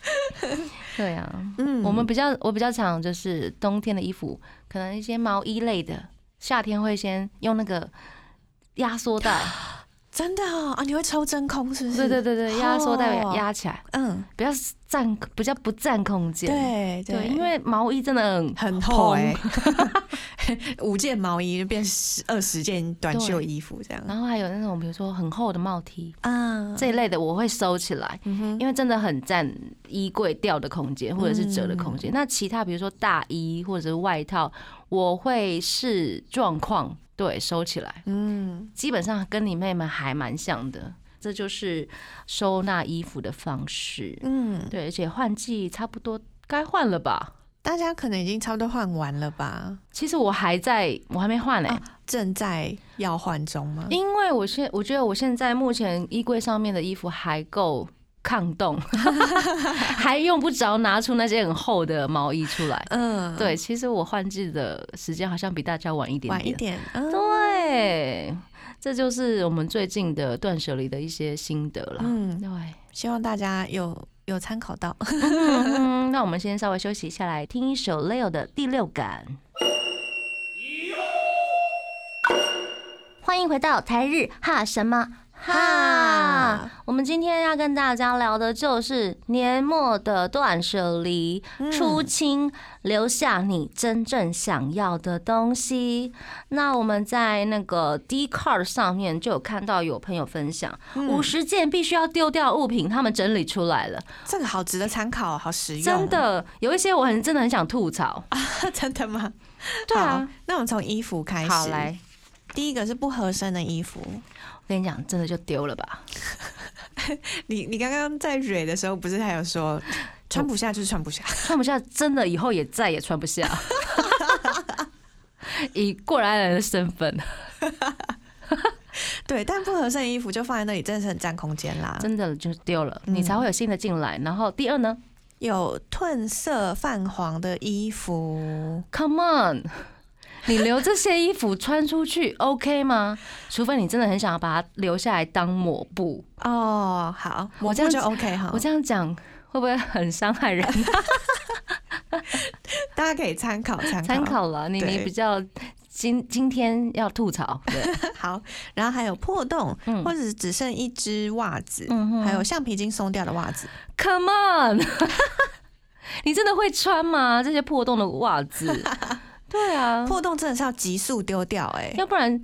Speaker 2: 对啊，
Speaker 3: 嗯
Speaker 2: 我们比较我比较常就是冬天的衣服，可能一些毛衣类的，夏天会先用那个压缩 袋，
Speaker 3: 真的哦啊，你会抽真空是不是？
Speaker 2: 对对对对，压缩袋
Speaker 3: 哦
Speaker 2: 压起来，
Speaker 3: 嗯，
Speaker 2: 比较占比较不占空间。
Speaker 3: 对
Speaker 2: 对，因为毛衣真的很
Speaker 3: 很厚哎、 五件毛衣就变十二十件短袖衣服这样
Speaker 2: 然后还有那种比如说很厚的帽 T
Speaker 3: 啊，
Speaker 2: 这一类的，我会收起来，
Speaker 3: 嗯哼
Speaker 2: 因为真的很占衣柜掉的空间或者是折的空间。那其他比如说大衣或者是外套，我会视状况对收起来，
Speaker 3: 嗯。
Speaker 2: 基本上跟你妹妹还蛮像的。这就是收纳衣服的方式，
Speaker 3: 嗯，
Speaker 2: 对，而且换季差不多该换了吧？
Speaker 3: 大家可能已经差不多换完了吧？
Speaker 2: 其实我还在，我还没换欸呢、
Speaker 3: 啊正在要换中吗？
Speaker 2: 因为我现我觉得我现在目前衣柜上面的衣服还够抗冻， 还用不着拿出那些很厚的毛衣出来。
Speaker 3: 嗯，
Speaker 2: 对，，其实我换季的时间好像比大家晚一点
Speaker 3: 晚一
Speaker 2: 点。
Speaker 3: 点，嗯，
Speaker 2: 对，这就是我们最近的断舍离的一些心得啦。
Speaker 3: 嗯，
Speaker 2: 对，
Speaker 3: 希望大家有有参考到。
Speaker 2: 嗯哼那我们先稍微休息一下，来听一首 Leo 的《第六感》。欢迎回到台日哈什么哈
Speaker 3: 哈？
Speaker 2: 我们今天要跟大家聊的就是年末的断舍离，出清，留下你真正想要的东西。那我们在那个 d c a r d 上面就有看到有朋友分享五十件必须要丢掉物品，他们整理出来了。
Speaker 3: 这个好值得参考，好实用，
Speaker 2: 真，的有一些我很真的很想吐槽。
Speaker 3: 啊真的吗？
Speaker 2: 对啊
Speaker 3: 好，那我们从衣服开始。
Speaker 2: 好，来，
Speaker 3: 第一个是不合身的衣 服。
Speaker 2: 我跟你讲，真的就丢了 吧。
Speaker 3: 你你刚刚在蕊的时候，不是还 有说穿不下就是穿不下？
Speaker 2: 穿不下，真的以后也再也穿不下。以过来人的身份，
Speaker 3: 啊对，但不合身的衣服就放在那里，真的是很占空间啦。
Speaker 2: 真的就丢了，
Speaker 3: 嗯
Speaker 2: 你才会有新的进来。然后第二呢
Speaker 3: 有褪色泛黄的衣服，
Speaker 2: ，Come on，你留这些衣服穿出 去 OK 吗？除非你真的很想要把它留下来当抹布。
Speaker 3: 哦，好，
Speaker 2: 我
Speaker 3: 我
Speaker 2: 这
Speaker 3: 这
Speaker 2: 样
Speaker 3: 样
Speaker 2: 子
Speaker 3: 就 OK 哈
Speaker 2: 我，这样讲会不会很伤害 人？
Speaker 3: 大家可以参考参考。
Speaker 2: 参考了，你你
Speaker 3: 对
Speaker 2: 比较今今天要吐槽，对，
Speaker 3: 好，然后还有破洞，
Speaker 2: 嗯
Speaker 3: 或者是只剩一只袜子，
Speaker 2: 嗯哼
Speaker 3: 还有橡皮筋松掉的袜子，
Speaker 2: Come on！你真的会穿吗？这些破洞的袜 子？对啊，
Speaker 3: 破洞真的是要急速丢掉、哎，
Speaker 2: 要不然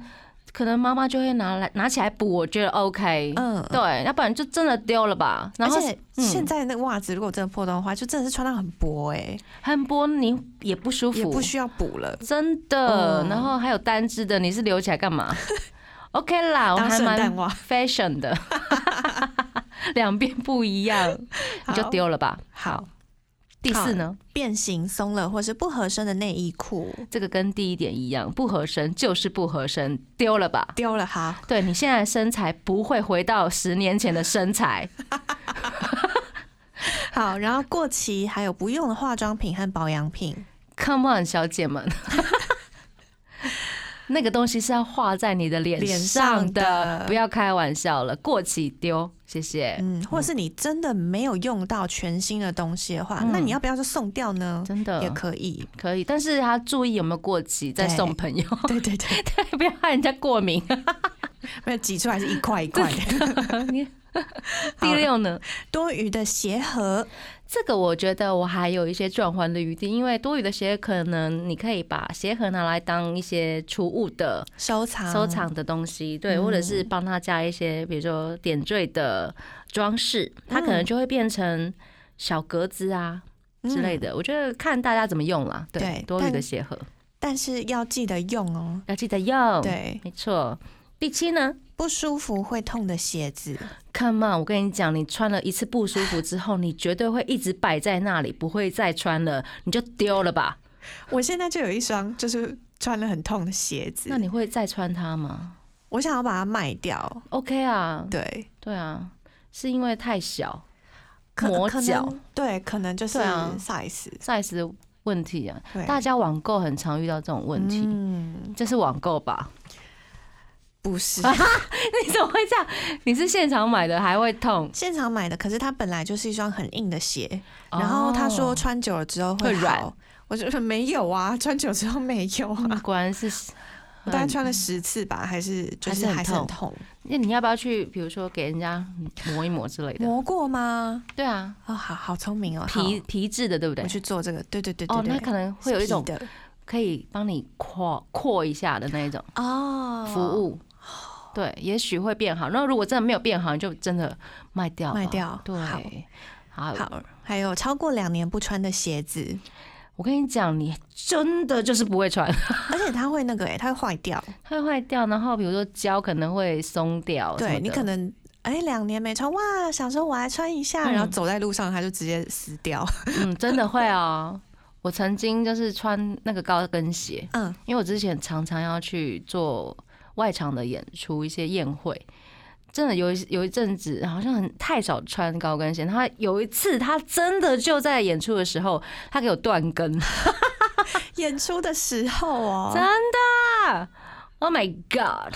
Speaker 2: 可能妈妈就会拿来拿起来补，我觉得 OK。
Speaker 3: 嗯，
Speaker 2: 对，要不然就真的丢了吧。然
Speaker 3: 而
Speaker 2: 后
Speaker 3: 且
Speaker 2: 嗯
Speaker 3: 现在那个袜子如果真的破洞的话，就真的是穿到很薄、哎，
Speaker 2: 很薄，你也不舒
Speaker 3: 也
Speaker 2: 服
Speaker 3: 不，需要补了。
Speaker 2: 真的。
Speaker 3: 嗯
Speaker 2: 然后还有单只的，你是留起来干 嘛？OK 啦，我
Speaker 3: 当
Speaker 2: 还
Speaker 3: 圣
Speaker 2: 蛮
Speaker 3: 诞袜
Speaker 2: fashion 的， 两边不一样，你就
Speaker 3: 好
Speaker 2: 丢了吧。
Speaker 3: 好，
Speaker 2: 第四呢，
Speaker 3: 变形松了，或是不合身的内衣裤
Speaker 2: 这个跟第一点一样，不合身就是不合身，丢了吧。
Speaker 3: 丢了，好，
Speaker 2: 对你现在的身材不会回到十年前的身 材，
Speaker 3: 好，然后过期还有不用的化妆品和保养品，
Speaker 2: Come on，小姐 们，那个东西是要画在你的脸
Speaker 3: 脸
Speaker 2: 上
Speaker 3: 上
Speaker 2: 的，
Speaker 3: 的
Speaker 2: 不要开玩笑了，过期丢，谢谢。
Speaker 3: 嗯，或者是你真的没有用到全新的东西的话，
Speaker 2: 嗯
Speaker 3: 那你要不要就送掉呢？
Speaker 2: 真
Speaker 3: 也
Speaker 2: 的
Speaker 3: 可以，
Speaker 2: 可以，但是他注意有没有过期，再
Speaker 3: 对
Speaker 2: 送朋友，
Speaker 3: 对对对，
Speaker 2: 对，不要害人家过 敏。
Speaker 3: 没有挤出来是一块一块的。
Speaker 2: 第六呢，
Speaker 3: 多余的鞋盒，
Speaker 2: 这个我觉得我还有一些转换的余地，因为多余的鞋可能你可以把鞋盒拿来当一些储物的
Speaker 3: 收藏
Speaker 2: 收藏的东西，对，
Speaker 3: 哦嗯
Speaker 2: 或者是帮他加一些，比如说点缀的装饰，它可能
Speaker 3: 嗯
Speaker 2: 就会变成小格子啊之类
Speaker 3: 的、
Speaker 2: 的。我觉得看大家怎么用啦，对
Speaker 3: 嗯对，
Speaker 2: 多余的
Speaker 3: 但
Speaker 2: 鞋盒
Speaker 3: 但是要记得用哦。
Speaker 2: 要记得用，，
Speaker 3: 对，
Speaker 2: 没错。第七呢
Speaker 3: 不舒服会痛的鞋子，
Speaker 2: ，Come on，我跟你讲，你穿了一次不舒服之后，你绝对会一直摆在那里，不会再穿了，你就丢了吧。
Speaker 3: 我现在就有一双就是穿了很痛的鞋子，
Speaker 2: 那你会再穿它吗
Speaker 3: 我想要把它卖掉。
Speaker 2: ？OK 啊，
Speaker 3: 对，
Speaker 2: 对啊，是因为太小。
Speaker 3: 可
Speaker 2: 磨
Speaker 3: 可
Speaker 2: 脚
Speaker 3: 能对，可能就是
Speaker 2: 对啊
Speaker 3: size，
Speaker 2: size 的问题啊，
Speaker 3: 对
Speaker 2: 大家网购很常遇到这种问题，
Speaker 3: 嗯，
Speaker 2: 这是网购吧？
Speaker 3: 不是
Speaker 2: 你怎么会这样？你是现场买的还会痛？
Speaker 3: 现场买的，可是它本来就是一双很硬的鞋，然后他说
Speaker 2: 哦
Speaker 3: 穿久了之后
Speaker 2: 会
Speaker 3: 会
Speaker 2: 软
Speaker 3: 好，我就说没有啊， 穿久之后没有
Speaker 2: 嗯
Speaker 3: 啊，
Speaker 2: 果然是
Speaker 3: 我大概穿了十次吧，还是就
Speaker 2: 还是
Speaker 3: 是
Speaker 2: 很
Speaker 3: 还是很
Speaker 2: 痛
Speaker 3: 痛。
Speaker 2: 那你要不要去，比如说给人家磨一磨之类的？
Speaker 3: 磨过吗？
Speaker 2: 对啊，
Speaker 3: 哦，好好聪明哦，
Speaker 2: 皮
Speaker 3: 好
Speaker 2: 皮质的，对不对
Speaker 3: 我？去做这个，对对对对
Speaker 2: 哦，
Speaker 3: 对，
Speaker 2: 那可能会有一种
Speaker 3: 是皮的
Speaker 2: 可以帮你扩扩一下的那一种
Speaker 3: 哦
Speaker 2: 服务，对，也许会变好。那如果真的没有变好，你就真的卖掉吧，
Speaker 3: 卖掉好
Speaker 2: 对，好
Speaker 3: 好还有超过两年不穿的 鞋子，
Speaker 2: 我跟你讲，你真的就是不会穿，
Speaker 3: 而且它会那个哎、它会坏掉，
Speaker 2: 它会坏掉。然后比如说胶可能会松掉哦什么的，
Speaker 3: 对你可能。哎，两年没穿哇！小时候我还穿一下，
Speaker 2: 嗯
Speaker 3: 然后走在路上它就直接撕掉。
Speaker 2: 嗯，真的会哦。我曾经就是穿那个高跟鞋，
Speaker 3: 嗯，
Speaker 2: 因为我之前常常要去做外场的演出，一些宴会，真的有一有一阵子好像很太少穿高跟鞋。他有一次，他真的就在演出的时候，他给我断跟，真
Speaker 3: 演出的时候哦，
Speaker 2: 的，Oh my God，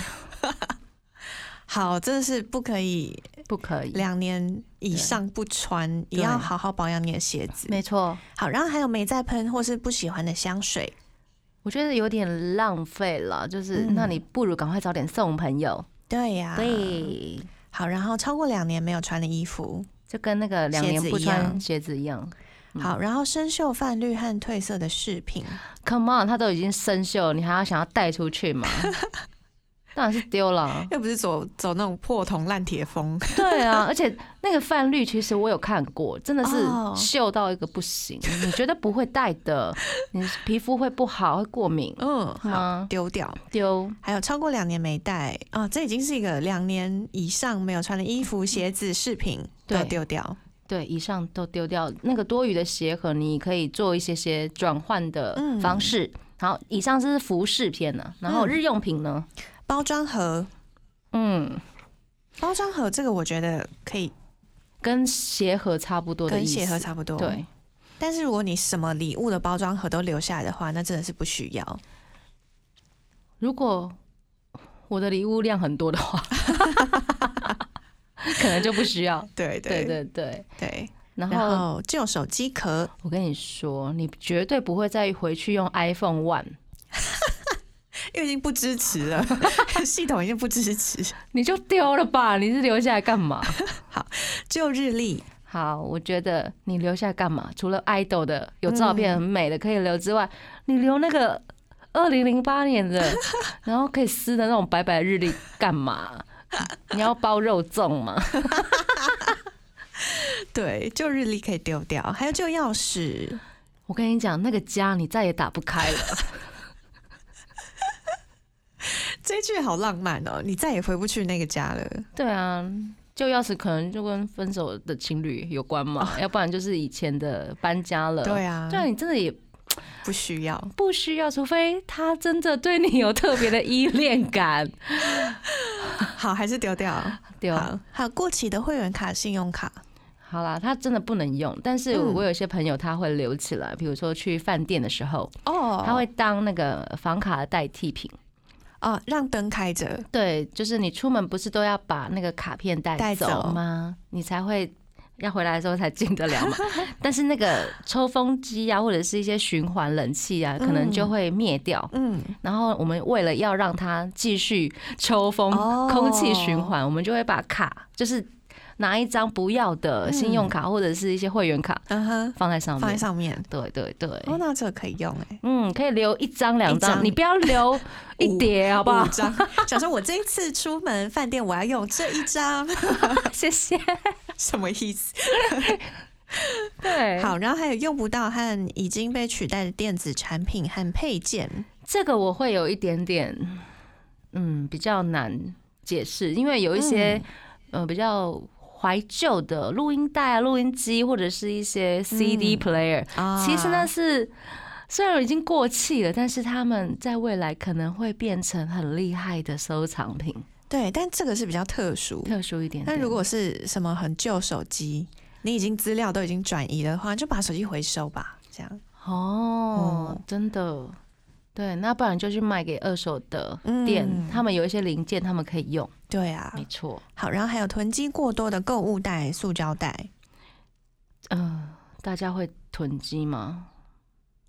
Speaker 3: 好，真的是不可以
Speaker 2: 不可以，
Speaker 3: 两年以上不穿，也
Speaker 2: 对
Speaker 3: 要好好保养你的鞋子。
Speaker 2: 没错，
Speaker 3: 好，然后还有没在喷或是不喜欢的香水，
Speaker 2: 我觉得有点浪费了，就是、
Speaker 3: 嗯
Speaker 2: 那你不如赶快早点送朋友，
Speaker 3: 对
Speaker 2: 啊
Speaker 3: 呀、，
Speaker 2: 对。
Speaker 3: 好，然后超过两年没有穿的衣服，
Speaker 2: 就跟那个两
Speaker 3: 鞋
Speaker 2: 年
Speaker 3: 子
Speaker 2: 不
Speaker 3: 一
Speaker 2: 穿
Speaker 3: 样
Speaker 2: 鞋子一样。嗯
Speaker 3: 好，然后生锈、泛绿和褪色的饰品，
Speaker 2: Come on，它都已经生锈了，你还要想要带出去 吗？当然是丢了。
Speaker 3: 又不是走走那种破铜烂铁风，
Speaker 2: 对啊， 而且那个泛绿其实我有看过，真的是
Speaker 3: 哦
Speaker 2: 锈到一个不行，你觉得不会戴 的，你皮肤会不好，会过敏
Speaker 3: 嗯，好，
Speaker 2: 吗？
Speaker 3: 丢掉。
Speaker 2: 丢
Speaker 3: 还有超过两年没戴啊、这已经是一个两年以上没有穿的衣服、鞋子、饰品都
Speaker 2: 对
Speaker 3: 丢掉。
Speaker 2: 对，以上都丢掉。那个多余的鞋盒，你可以做一些些转换的
Speaker 3: 嗯
Speaker 2: 方式。好，以上是服饰片呢、然后
Speaker 3: 嗯
Speaker 2: 日用品呢？
Speaker 3: 包装盒，
Speaker 2: 嗯，
Speaker 3: 包装盒这个我觉得可以
Speaker 2: 跟鞋盒差不多的
Speaker 3: 跟
Speaker 2: 意思。
Speaker 3: 鞋盒差不多。，
Speaker 2: 对，
Speaker 3: 但是如果你什么礼物的包装盒都留下来的话，那真的是不需要。
Speaker 2: 如果我的礼物量很多的话， 可能就不需要。
Speaker 3: 对
Speaker 2: 对对对，
Speaker 3: 对。
Speaker 2: 然
Speaker 3: 然
Speaker 2: 后
Speaker 3: 后旧手机壳，
Speaker 2: 我跟你说，你绝对不会再回去用 iPhone One，
Speaker 3: 因为已经不支 持了，系统已经不支持。
Speaker 2: 你就丢了吧，你是留下来干嘛？
Speaker 3: 旧日历，
Speaker 2: 好，我觉得你留下来干嘛？除了 idol 的有照片很美的可以留之外，你留那个二零零八年的，然后可以撕的那种白白日历干嘛？ 你要包肉粽吗？
Speaker 3: 对，旧日历可以丢掉，还有旧钥匙，
Speaker 2: 我跟你讲，那个家你再也打不开了。
Speaker 3: 这一句好浪漫哦！你再也回不去那个家了。
Speaker 2: 对啊，旧钥匙可能就跟分手的情侣有关嘛，要不然就是以前的搬家了。
Speaker 3: 对啊，
Speaker 2: 哦对啊，你真的也
Speaker 3: 不需要。
Speaker 2: 不需要，除非他真的对你有特别的依恋感。
Speaker 3: 好，还是丢掉。
Speaker 2: 对啊，
Speaker 3: 好，还有过期的会员卡、信用卡。
Speaker 2: 好啦，他真的不能用，但是
Speaker 3: 嗯
Speaker 2: 我有一些朋友他会留起来，比如说去饭店的时候，
Speaker 3: 哦
Speaker 2: 他会当那个房卡的代替品。
Speaker 3: 哦，让灯开着。
Speaker 2: 对，就是你出门不是都要把那个卡片带
Speaker 3: 带
Speaker 2: 走
Speaker 3: 走
Speaker 2: 吗？你才会要回来的时候才进得了嘛。 但是那个抽风机啊，或者是一些循环冷气啊，可能就
Speaker 3: 嗯
Speaker 2: 会灭掉。
Speaker 3: 嗯，
Speaker 2: 然后我们为了要让它继续抽风，
Speaker 3: 哦
Speaker 2: 空气循环，我们就会把卡就是。拿一张不要的信用卡或者是一些会员卡
Speaker 3: 嗯哼，
Speaker 2: 放在上
Speaker 3: 放在
Speaker 2: 面，
Speaker 3: 上面。
Speaker 2: 对对对，
Speaker 3: 哦，那这个可以用哎、
Speaker 2: 嗯，可以留一张两
Speaker 3: 一
Speaker 2: 张，
Speaker 3: 张
Speaker 2: 你不要留一
Speaker 3: 五
Speaker 2: 叠好不好
Speaker 3: 五？张， 想说我这一次出门饭店我要用这一张，
Speaker 2: 谢 谢。
Speaker 3: 什么意思？
Speaker 2: 对，
Speaker 3: 好，然后还有用不到和已经被取代的电子产品和配件。
Speaker 2: 这个我会有一点点，嗯，比较难解释，因为有一些、
Speaker 3: 嗯
Speaker 2: 呃比较怀旧的录音带啊、录音机或者是一些 CD
Speaker 3: 嗯
Speaker 2: player，、
Speaker 3: 啊
Speaker 2: 其实呢，是虽然已经过气了，但是他们在未来可能会变成很厉害的收藏品，
Speaker 3: 对，但这个是比较特殊。
Speaker 2: 特殊一点点。
Speaker 3: 但如果是什么很旧手机，你已经资料都已经转移的话，就把手机回收吧。这样，
Speaker 2: 哦，
Speaker 3: 嗯
Speaker 2: 真的。对，那不然就去卖给二手的店，
Speaker 3: 嗯
Speaker 2: 他们有一些零件，他们可以用，
Speaker 3: 对啊
Speaker 2: 没。错。
Speaker 3: 好，然后还有囤积过多的购物袋、塑胶袋，
Speaker 2: 嗯、大家会囤积吗？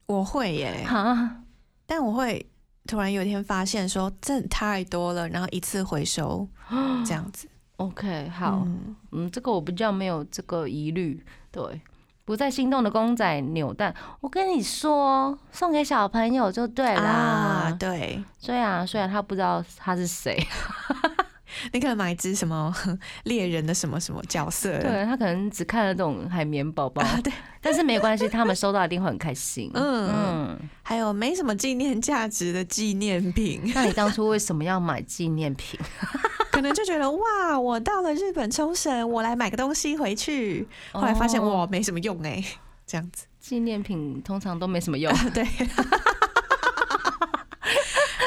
Speaker 3: 我会耶，
Speaker 2: 啊，
Speaker 3: 但我会突然有一天发现说，真的太多了，然后一次 回收这样子。
Speaker 2: OK，好，
Speaker 3: 嗯
Speaker 2: 嗯，这个我比较没有这个疑虑，对，不再心动的公仔扭蛋，我跟你说，送给小朋友就对啦。
Speaker 3: 啊，对，
Speaker 2: 虽然虽然他不知道他是谁，
Speaker 3: 你可能买一只什么猎人的什么什么角色，
Speaker 2: 对哦他可能只看得懂海绵宝 宝，
Speaker 3: 啊，对，
Speaker 2: 但是没关系，他们收到一定会很开心。
Speaker 3: 嗯，
Speaker 2: 嗯，
Speaker 3: 还有没什么纪念价值的纪 念品，
Speaker 2: 那你当初为什么要买纪念品？
Speaker 3: 可能就觉得哇，我到了 日本冲绳，我来买个东西回去，后来发现
Speaker 2: 哦
Speaker 3: 哇，没什么用哎、这样子，
Speaker 2: 纪念品通常都没什么 用。
Speaker 3: 对。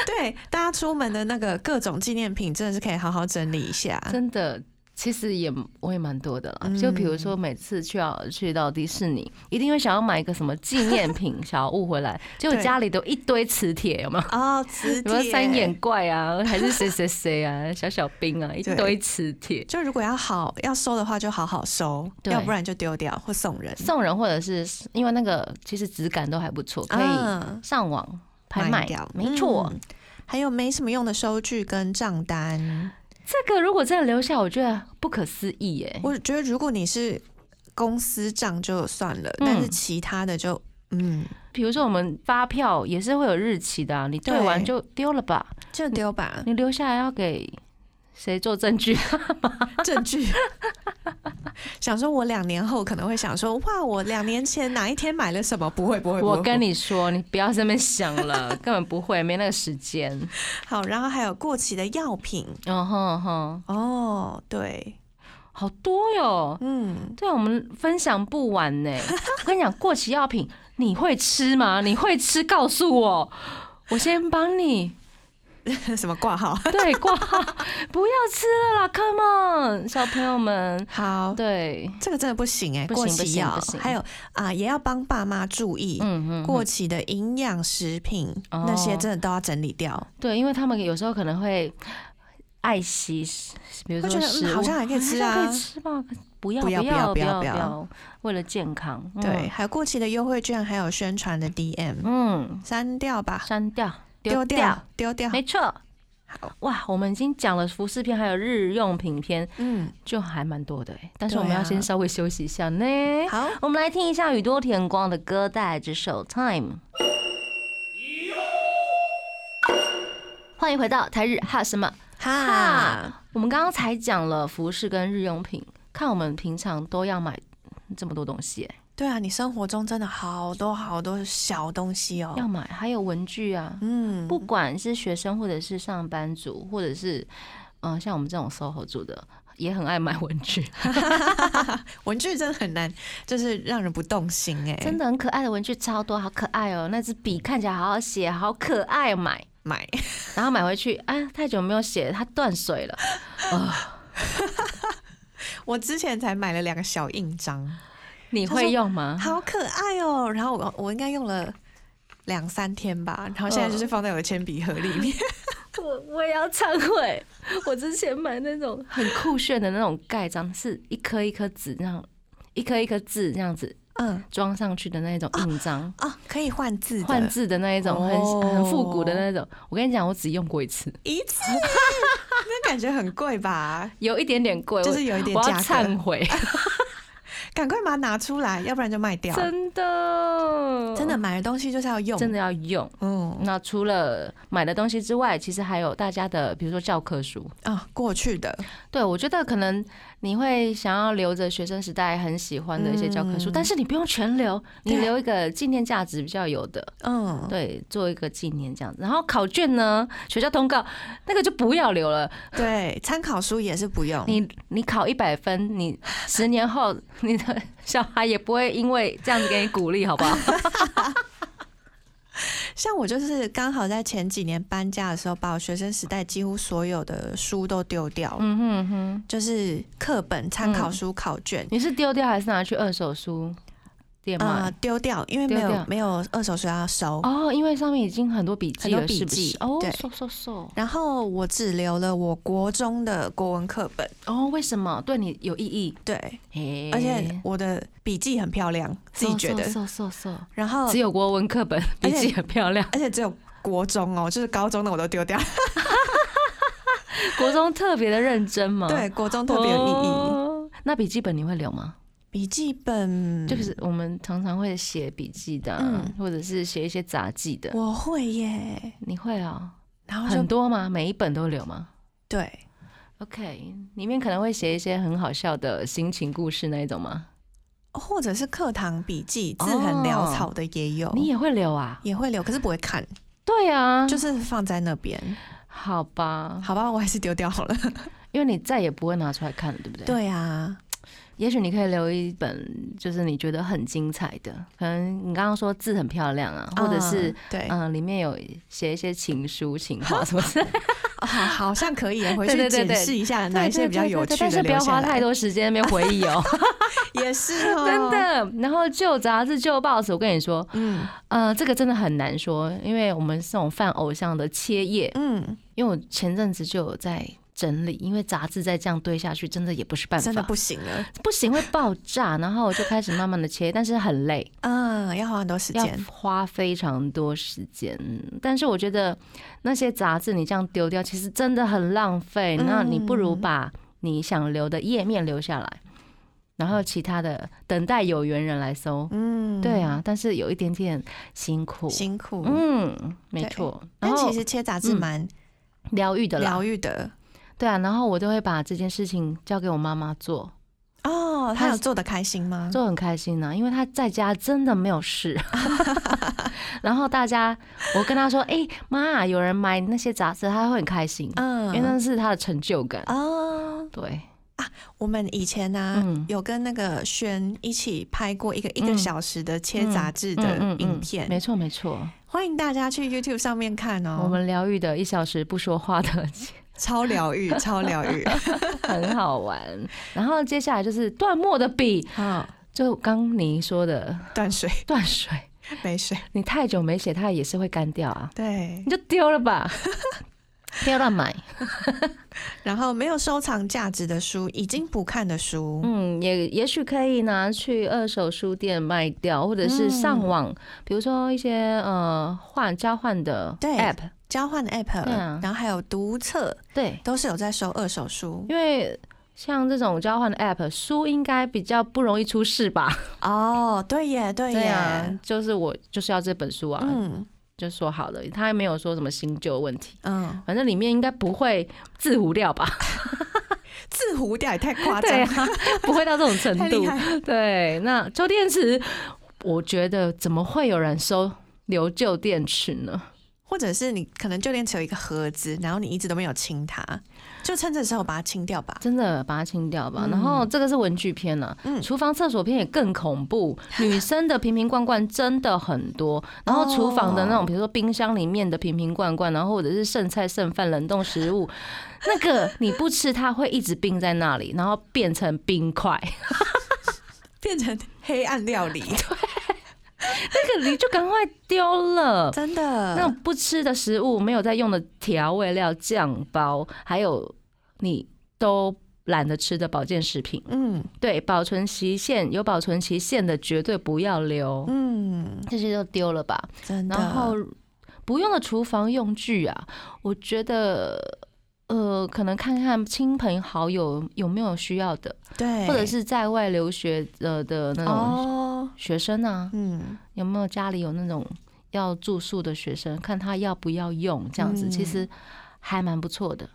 Speaker 3: 对，大家出门的那个各种纪念品，真的是可以好好整理一 下。
Speaker 2: 真的，其实也我也蛮多的啦。
Speaker 3: 嗯
Speaker 2: 就比如说每次去到去到迪士尼，一定会想要买一个什么纪念品小物回 来，结果
Speaker 3: 对
Speaker 2: 家里都一堆磁铁，有没有？
Speaker 3: 哦，磁
Speaker 2: 什么
Speaker 3: 铁
Speaker 2: 三眼怪啊，还是谁谁谁啊，小小兵啊，一
Speaker 3: 对
Speaker 2: 堆磁铁。
Speaker 3: 就如果要好要收的话，就好好收，
Speaker 2: 对
Speaker 3: 要不然就丢掉或送人。
Speaker 2: 送人或者是因为那个其实质感都还不错，可以
Speaker 3: 啊，
Speaker 2: 上网拍卖。
Speaker 3: 掉，
Speaker 2: 没错，
Speaker 3: 嗯还有没什么用的收据跟账单，
Speaker 2: 这个如果真的留下，我觉得不可思议耶、
Speaker 3: 我觉得如果你是公司账就算了，
Speaker 2: 嗯
Speaker 3: 但是其他的就嗯
Speaker 2: 比如说我们发票也是会有日期的啊，你对
Speaker 3: 对
Speaker 2: 完就丢了吧。
Speaker 3: 就 丢吧，
Speaker 2: 你留下来要给谁做证据？
Speaker 3: 证据。想说，我两年后可能会想说，哇，我两年前哪一天买了什么？不会，不会，不 会
Speaker 2: 我跟你说，你不要在那边想了， 根本不会，没那个时间。
Speaker 3: 好。然后还有过期的药品，
Speaker 2: 嗯哼哼，
Speaker 3: 哦，对，
Speaker 2: 好多哟。
Speaker 3: 嗯，
Speaker 2: 对啊，我们分享不完呢。 我跟你讲，过期药品你会吃吗？你会吃，告诉我，我先帮 你
Speaker 3: 什么挂号？
Speaker 2: 对挂号，不要吃了啦，Come on，小朋友们，
Speaker 3: 好，
Speaker 2: 对，
Speaker 3: 这个真的不行哎、
Speaker 2: 不行
Speaker 3: 过
Speaker 2: 不
Speaker 3: 期
Speaker 2: 行
Speaker 3: 药
Speaker 2: 不行
Speaker 3: 还有啊、也要帮爸妈注意。
Speaker 2: 嗯嗯，
Speaker 3: 过期的营养食品、
Speaker 2: 哦
Speaker 3: 那些真的都要整理掉，
Speaker 2: 对，因为他们有时候可能会爱惜，比如
Speaker 3: 会
Speaker 2: 说
Speaker 3: 觉得、
Speaker 2: 食
Speaker 3: 嗯、
Speaker 2: 物
Speaker 3: 好像还可以吃
Speaker 2: 好像
Speaker 3: 啊
Speaker 2: 可以。吃吧？不要
Speaker 3: 不要
Speaker 2: 要
Speaker 3: 不要
Speaker 2: 不
Speaker 3: 不要
Speaker 2: 不要，为了健康。嗯
Speaker 3: 对，，还有过期的优惠券，还有宣传的 DM，
Speaker 2: 嗯，
Speaker 3: 删掉吧，
Speaker 2: 删掉
Speaker 3: 丢
Speaker 2: 掉，，
Speaker 3: 丢掉。
Speaker 2: 没错。
Speaker 3: 好，
Speaker 2: 哇，我们已经讲了服饰片，还有日用品片，
Speaker 3: 嗯，
Speaker 2: 就还蛮多的欸但是
Speaker 3: 对
Speaker 2: 我们要
Speaker 3: 啊
Speaker 2: 先稍微休息一下呢。
Speaker 3: 好，
Speaker 2: 我们来听一下宇多田光的歌，带来这首《Time》。欢迎回到台日哈什么？
Speaker 3: 哈，
Speaker 2: 哈，我们刚刚才讲了服饰跟日用品，看我们平常都要买这么多东西欸、
Speaker 3: 对啊，你生活中真的好多好多小东西
Speaker 2: 要
Speaker 3: 哦，
Speaker 2: 买，还有文具啊，
Speaker 3: 嗯，
Speaker 2: 不管是学生或者是上班族，或者是嗯、呃像我们这种 SOHO 族的，也很爱买文具，
Speaker 3: 文具真的很难，就是让人不动心哎、
Speaker 2: 真的很可爱的文具超多，好可爱哦！那支笔看起来好好写，好可爱，买，
Speaker 3: 买，
Speaker 2: 然后买回去，哎，太久没有写，它断水了，
Speaker 3: 我之前才买了两个小印章，
Speaker 2: 你会用吗？
Speaker 3: 好可爱哦、然后我我应该用了两三天吧，然后现在就是放在我的铅笔盒里面。
Speaker 2: 我我也要忏悔，我之前买那种很酷炫的那种盖章，是一颗一颗纸那样，一颗一颗字这样子
Speaker 3: 嗯，
Speaker 2: 装上去的那种印章。
Speaker 3: 哦，可以换字的，
Speaker 2: 换字的那一种，
Speaker 3: 哦
Speaker 2: 很很复古的那种。我跟你讲，我只用过一次，
Speaker 3: 一次， 那感觉很贵吧？
Speaker 2: 有一点点贵，我
Speaker 3: 就是有一点
Speaker 2: 我要
Speaker 3: 价
Speaker 2: 忏
Speaker 3: 格，
Speaker 2: 悔，
Speaker 3: 赶快把它拿出来，要不然就卖 掉。
Speaker 2: 真的，
Speaker 3: 真的买的东西就是要用，
Speaker 2: 真的要用。
Speaker 3: 嗯
Speaker 2: 那除了买的东西之外，其实还有大家的，比如说教科书。
Speaker 3: 啊，过去的
Speaker 2: 对我觉得可能你会想要留着学生时代很喜欢的一些教科书，
Speaker 3: 嗯
Speaker 2: 但是你不用全留，你
Speaker 3: 对
Speaker 2: 留一个纪念价值比较有的，
Speaker 3: 嗯，
Speaker 2: 对，做一个纪念这样子。然后考卷呢，学校通告那个就不要留了，
Speaker 3: 对，参考书也是不用，
Speaker 2: 你你考一百分，你十年后你的小孩也不会因为这样子给你鼓励，好不好？
Speaker 3: 像我就是刚好在前几年搬家的时候，把我学生时代几乎所有的书都丢掉，
Speaker 2: 嗯哼嗯哼，
Speaker 3: 就是课本、参考书、考卷。
Speaker 2: 你是丢掉还是拿去二手书店
Speaker 3: 啊，
Speaker 2: 卖？
Speaker 3: 丢掉，因为没
Speaker 2: 丢掉
Speaker 3: 有没有二手书要收，
Speaker 2: 哦，因为上面已经很多笔记了，
Speaker 3: 很多笔
Speaker 2: 是不是
Speaker 3: 记？
Speaker 2: 哦
Speaker 3: 对，
Speaker 2: 瘦瘦瘦，
Speaker 3: 然后我只留了我国中的国文课本，
Speaker 2: 哦，为什么对你有意义？
Speaker 3: 对，
Speaker 2: 嘿
Speaker 3: 而且我的笔记很漂亮，自己觉得。
Speaker 2: 瘦瘦瘦，瘦
Speaker 3: 然后
Speaker 2: 只，有国文课本笔
Speaker 3: 而且
Speaker 2: 记很漂 亮，
Speaker 3: 而且只有国中哦，就是高中的我都丢掉。
Speaker 2: 国中特别的认真嘛，
Speaker 3: 对，，国中特别有意义。
Speaker 2: 义。那笔记本你会留吗？
Speaker 3: 笔记本
Speaker 2: 就是我们常常会写笔记的啊、
Speaker 3: 嗯
Speaker 2: 或者是写一些杂记的。
Speaker 3: 我会耶，
Speaker 2: 你会啊、
Speaker 3: 然后
Speaker 2: 很
Speaker 3: 就
Speaker 2: 多吗？每一本都留吗
Speaker 3: 对，
Speaker 2: ？OK，里面可能会写一些很好笑的心情故事那一种吗？
Speaker 3: 或者是课堂笔记，字很潦草的也有，
Speaker 2: 你也会留啊？
Speaker 3: 哦也会留，可是不会看，
Speaker 2: 对啊，
Speaker 3: 就
Speaker 2: 就是
Speaker 3: 是放在那边。
Speaker 2: 好吧，
Speaker 3: 好吧，我还是丢掉好了。
Speaker 2: 因为你再也不会拿出来看了，对不对？，
Speaker 3: 对啊，
Speaker 2: 也许你可以留一本，就是你觉得很精彩的，可能你刚刚说字很漂亮啊，或者是
Speaker 3: 嗯对，
Speaker 2: 嗯、里面有写一些情书、情 话什么之类的，
Speaker 3: 哦好好像可以 耶回
Speaker 2: 对对
Speaker 3: 去
Speaker 2: 对
Speaker 3: 检
Speaker 2: 对
Speaker 3: 视一下哪一些比较有
Speaker 2: 对对对对对
Speaker 3: 趣的，
Speaker 2: 但是不要花太
Speaker 3: 多，
Speaker 2: 多时间在那边回忆哦，
Speaker 3: 也是哦，
Speaker 2: 真，的。然后旧杂志、旧报纸，我跟你说，
Speaker 3: 嗯
Speaker 2: 呃，这个真的很难说，因为我们是这种泛偶像的切页，
Speaker 3: 嗯，
Speaker 2: 因为我前阵子就有在整理，因为杂志再这样堆下去，嗯真的也不是办法，
Speaker 3: 真的不行了，
Speaker 2: 不行会爆炸。然后我就开始慢慢的切，但是很累，
Speaker 3: 嗯，要花很多时
Speaker 2: 要
Speaker 3: 间，
Speaker 2: 花非常多时间。但是我觉得那些杂志你这样丢掉，其实真的很浪费。
Speaker 3: 嗯
Speaker 2: 那你不如把你想留的页面留下来，然后其他的等待有缘人来搜。
Speaker 3: 嗯，
Speaker 2: 对，啊，但是有一点点辛苦。
Speaker 3: 辛苦，
Speaker 2: 嗯，没
Speaker 3: 对
Speaker 2: 错。然
Speaker 3: 但
Speaker 2: 后
Speaker 3: 其实切杂志
Speaker 2: 嗯
Speaker 3: 蛮
Speaker 2: 疗愈的啦，
Speaker 3: 疗愈的
Speaker 2: 对啊，然后我都会把这件事情交给我妈妈做，
Speaker 3: 哦，
Speaker 2: 它
Speaker 3: 他有
Speaker 2: 是
Speaker 3: 做的开心吗？
Speaker 2: 做很开心呢、因为她在家真的没有事。 然后大家，我跟她说：“哎、妈，有人买那些杂志，她会很开心，因为那
Speaker 3: 嗯，
Speaker 2: 是她的成就感。
Speaker 3: 哦，”
Speaker 2: 对，
Speaker 3: 我们以前呢、
Speaker 2: 嗯
Speaker 3: 有跟那个轩一起拍过一个一个
Speaker 2: 嗯
Speaker 3: 小时的切杂志
Speaker 2: 嗯
Speaker 3: 的
Speaker 2: 嗯
Speaker 3: 影片，
Speaker 2: 没错没错，
Speaker 3: 欢迎大家去 YouTube 上面看哦。
Speaker 2: 我们疗愈的一小时不说话的，
Speaker 3: 超疗愈，超疗愈。
Speaker 2: 很好玩。然后接下来就是断末的笔，
Speaker 3: 嗯，
Speaker 2: 就刚你说的
Speaker 3: 断水
Speaker 2: 断水，
Speaker 3: 没水，
Speaker 2: 你太久没写，它也是会干掉啊，
Speaker 3: 对
Speaker 2: 你。就丢了 吧，不要乱买。
Speaker 3: 然后没有收藏价值的书，已经不看的书，
Speaker 2: 嗯，也也许可以拿去二手书店卖掉，或者
Speaker 3: 嗯
Speaker 2: 是上网，比如说一些呃换交换的
Speaker 3: 对
Speaker 2: app，
Speaker 3: 交换 App，、
Speaker 2: 对啊
Speaker 3: 然后还有读册，
Speaker 2: 对，
Speaker 3: 都是有在收二手书
Speaker 2: 因为像这种交换的 app，书应该比较不容易出事吧？
Speaker 3: 哦。对耶，对耶，
Speaker 2: 对啊，就是我就是要这本书啊，
Speaker 3: 嗯
Speaker 2: 就说好了，他也没有说什么新旧问题。
Speaker 3: 嗯，
Speaker 2: 反正里面应该不会自糊掉吧？
Speaker 3: 自糊掉也太夸张
Speaker 2: 对
Speaker 3: 了，
Speaker 2: 啊，不会到这种程
Speaker 3: 太厉
Speaker 2: 度。
Speaker 3: 害了。
Speaker 2: 对，那旧电池，我觉得怎么会有人收留旧电池呢？
Speaker 3: 或者是你可能就连只有一个盒子，然后你一直都没有清它，就趁这时候把它清掉吧。
Speaker 2: 真的把它清掉吧。
Speaker 3: 嗯
Speaker 2: 然后这个是文具篇呢、
Speaker 3: 嗯
Speaker 2: 厨房、厕所篇也更恐 怖。女生的瓶瓶罐罐真的很多，然后厨房的那种，比如说冰箱里面的瓶瓶罐罐，啊然后或者是剩菜剩饭、冷冻食物，那个你不吃它会一直冰在那里，然后变成冰块。
Speaker 3: 变成黑暗料理，
Speaker 2: 那个你就赶快丢了。
Speaker 3: 真
Speaker 2: 那
Speaker 3: 的
Speaker 2: 种不吃的食物、没有在用的调味料、酱包，还有你都懒得吃的保健食品。
Speaker 3: 嗯
Speaker 2: 对，保存期限有保存期限的绝对不要留，
Speaker 3: 嗯，
Speaker 2: 这些就丢了吧。
Speaker 3: 真的。
Speaker 2: 然后不用的厨房用具啊，我觉得呃，可能看看亲朋好友有没有需要的，
Speaker 3: 对，
Speaker 2: 或者是在外留学呃的那种
Speaker 3: 哦，
Speaker 2: 学生啊，
Speaker 3: 嗯，
Speaker 2: 有没有家里有那种要住宿的学生，看他要不要用这样子，
Speaker 3: 嗯
Speaker 2: 其实还蛮不错的。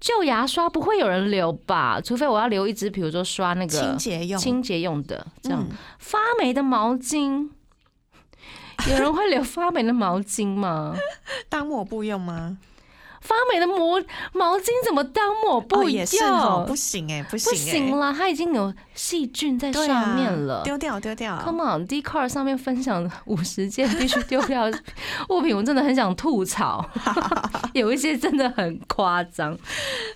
Speaker 2: 旧牙刷不会有人留吧？除非我要留一支，比如说刷那个
Speaker 3: 清洁用，
Speaker 2: 清洁用的这样。
Speaker 3: 嗯
Speaker 2: 发霉的毛巾，有人会留发霉的毛巾吗？
Speaker 3: 当抹布用吗？
Speaker 2: 发霉的毛毛巾怎么当抹布
Speaker 3: 哦、
Speaker 2: 用？
Speaker 3: 也是哦，不行哎、不
Speaker 2: 不
Speaker 3: 行
Speaker 2: 行
Speaker 3: 哎、
Speaker 2: 啦，它已经有细菌在
Speaker 3: 对
Speaker 2: 上面
Speaker 3: 啊
Speaker 2: 了。
Speaker 3: 丢掉丢掉。
Speaker 2: Come on, d c a r 上面分享五十件必须丢掉 的物品，我真的很想吐 槽，有一些真的很夸张。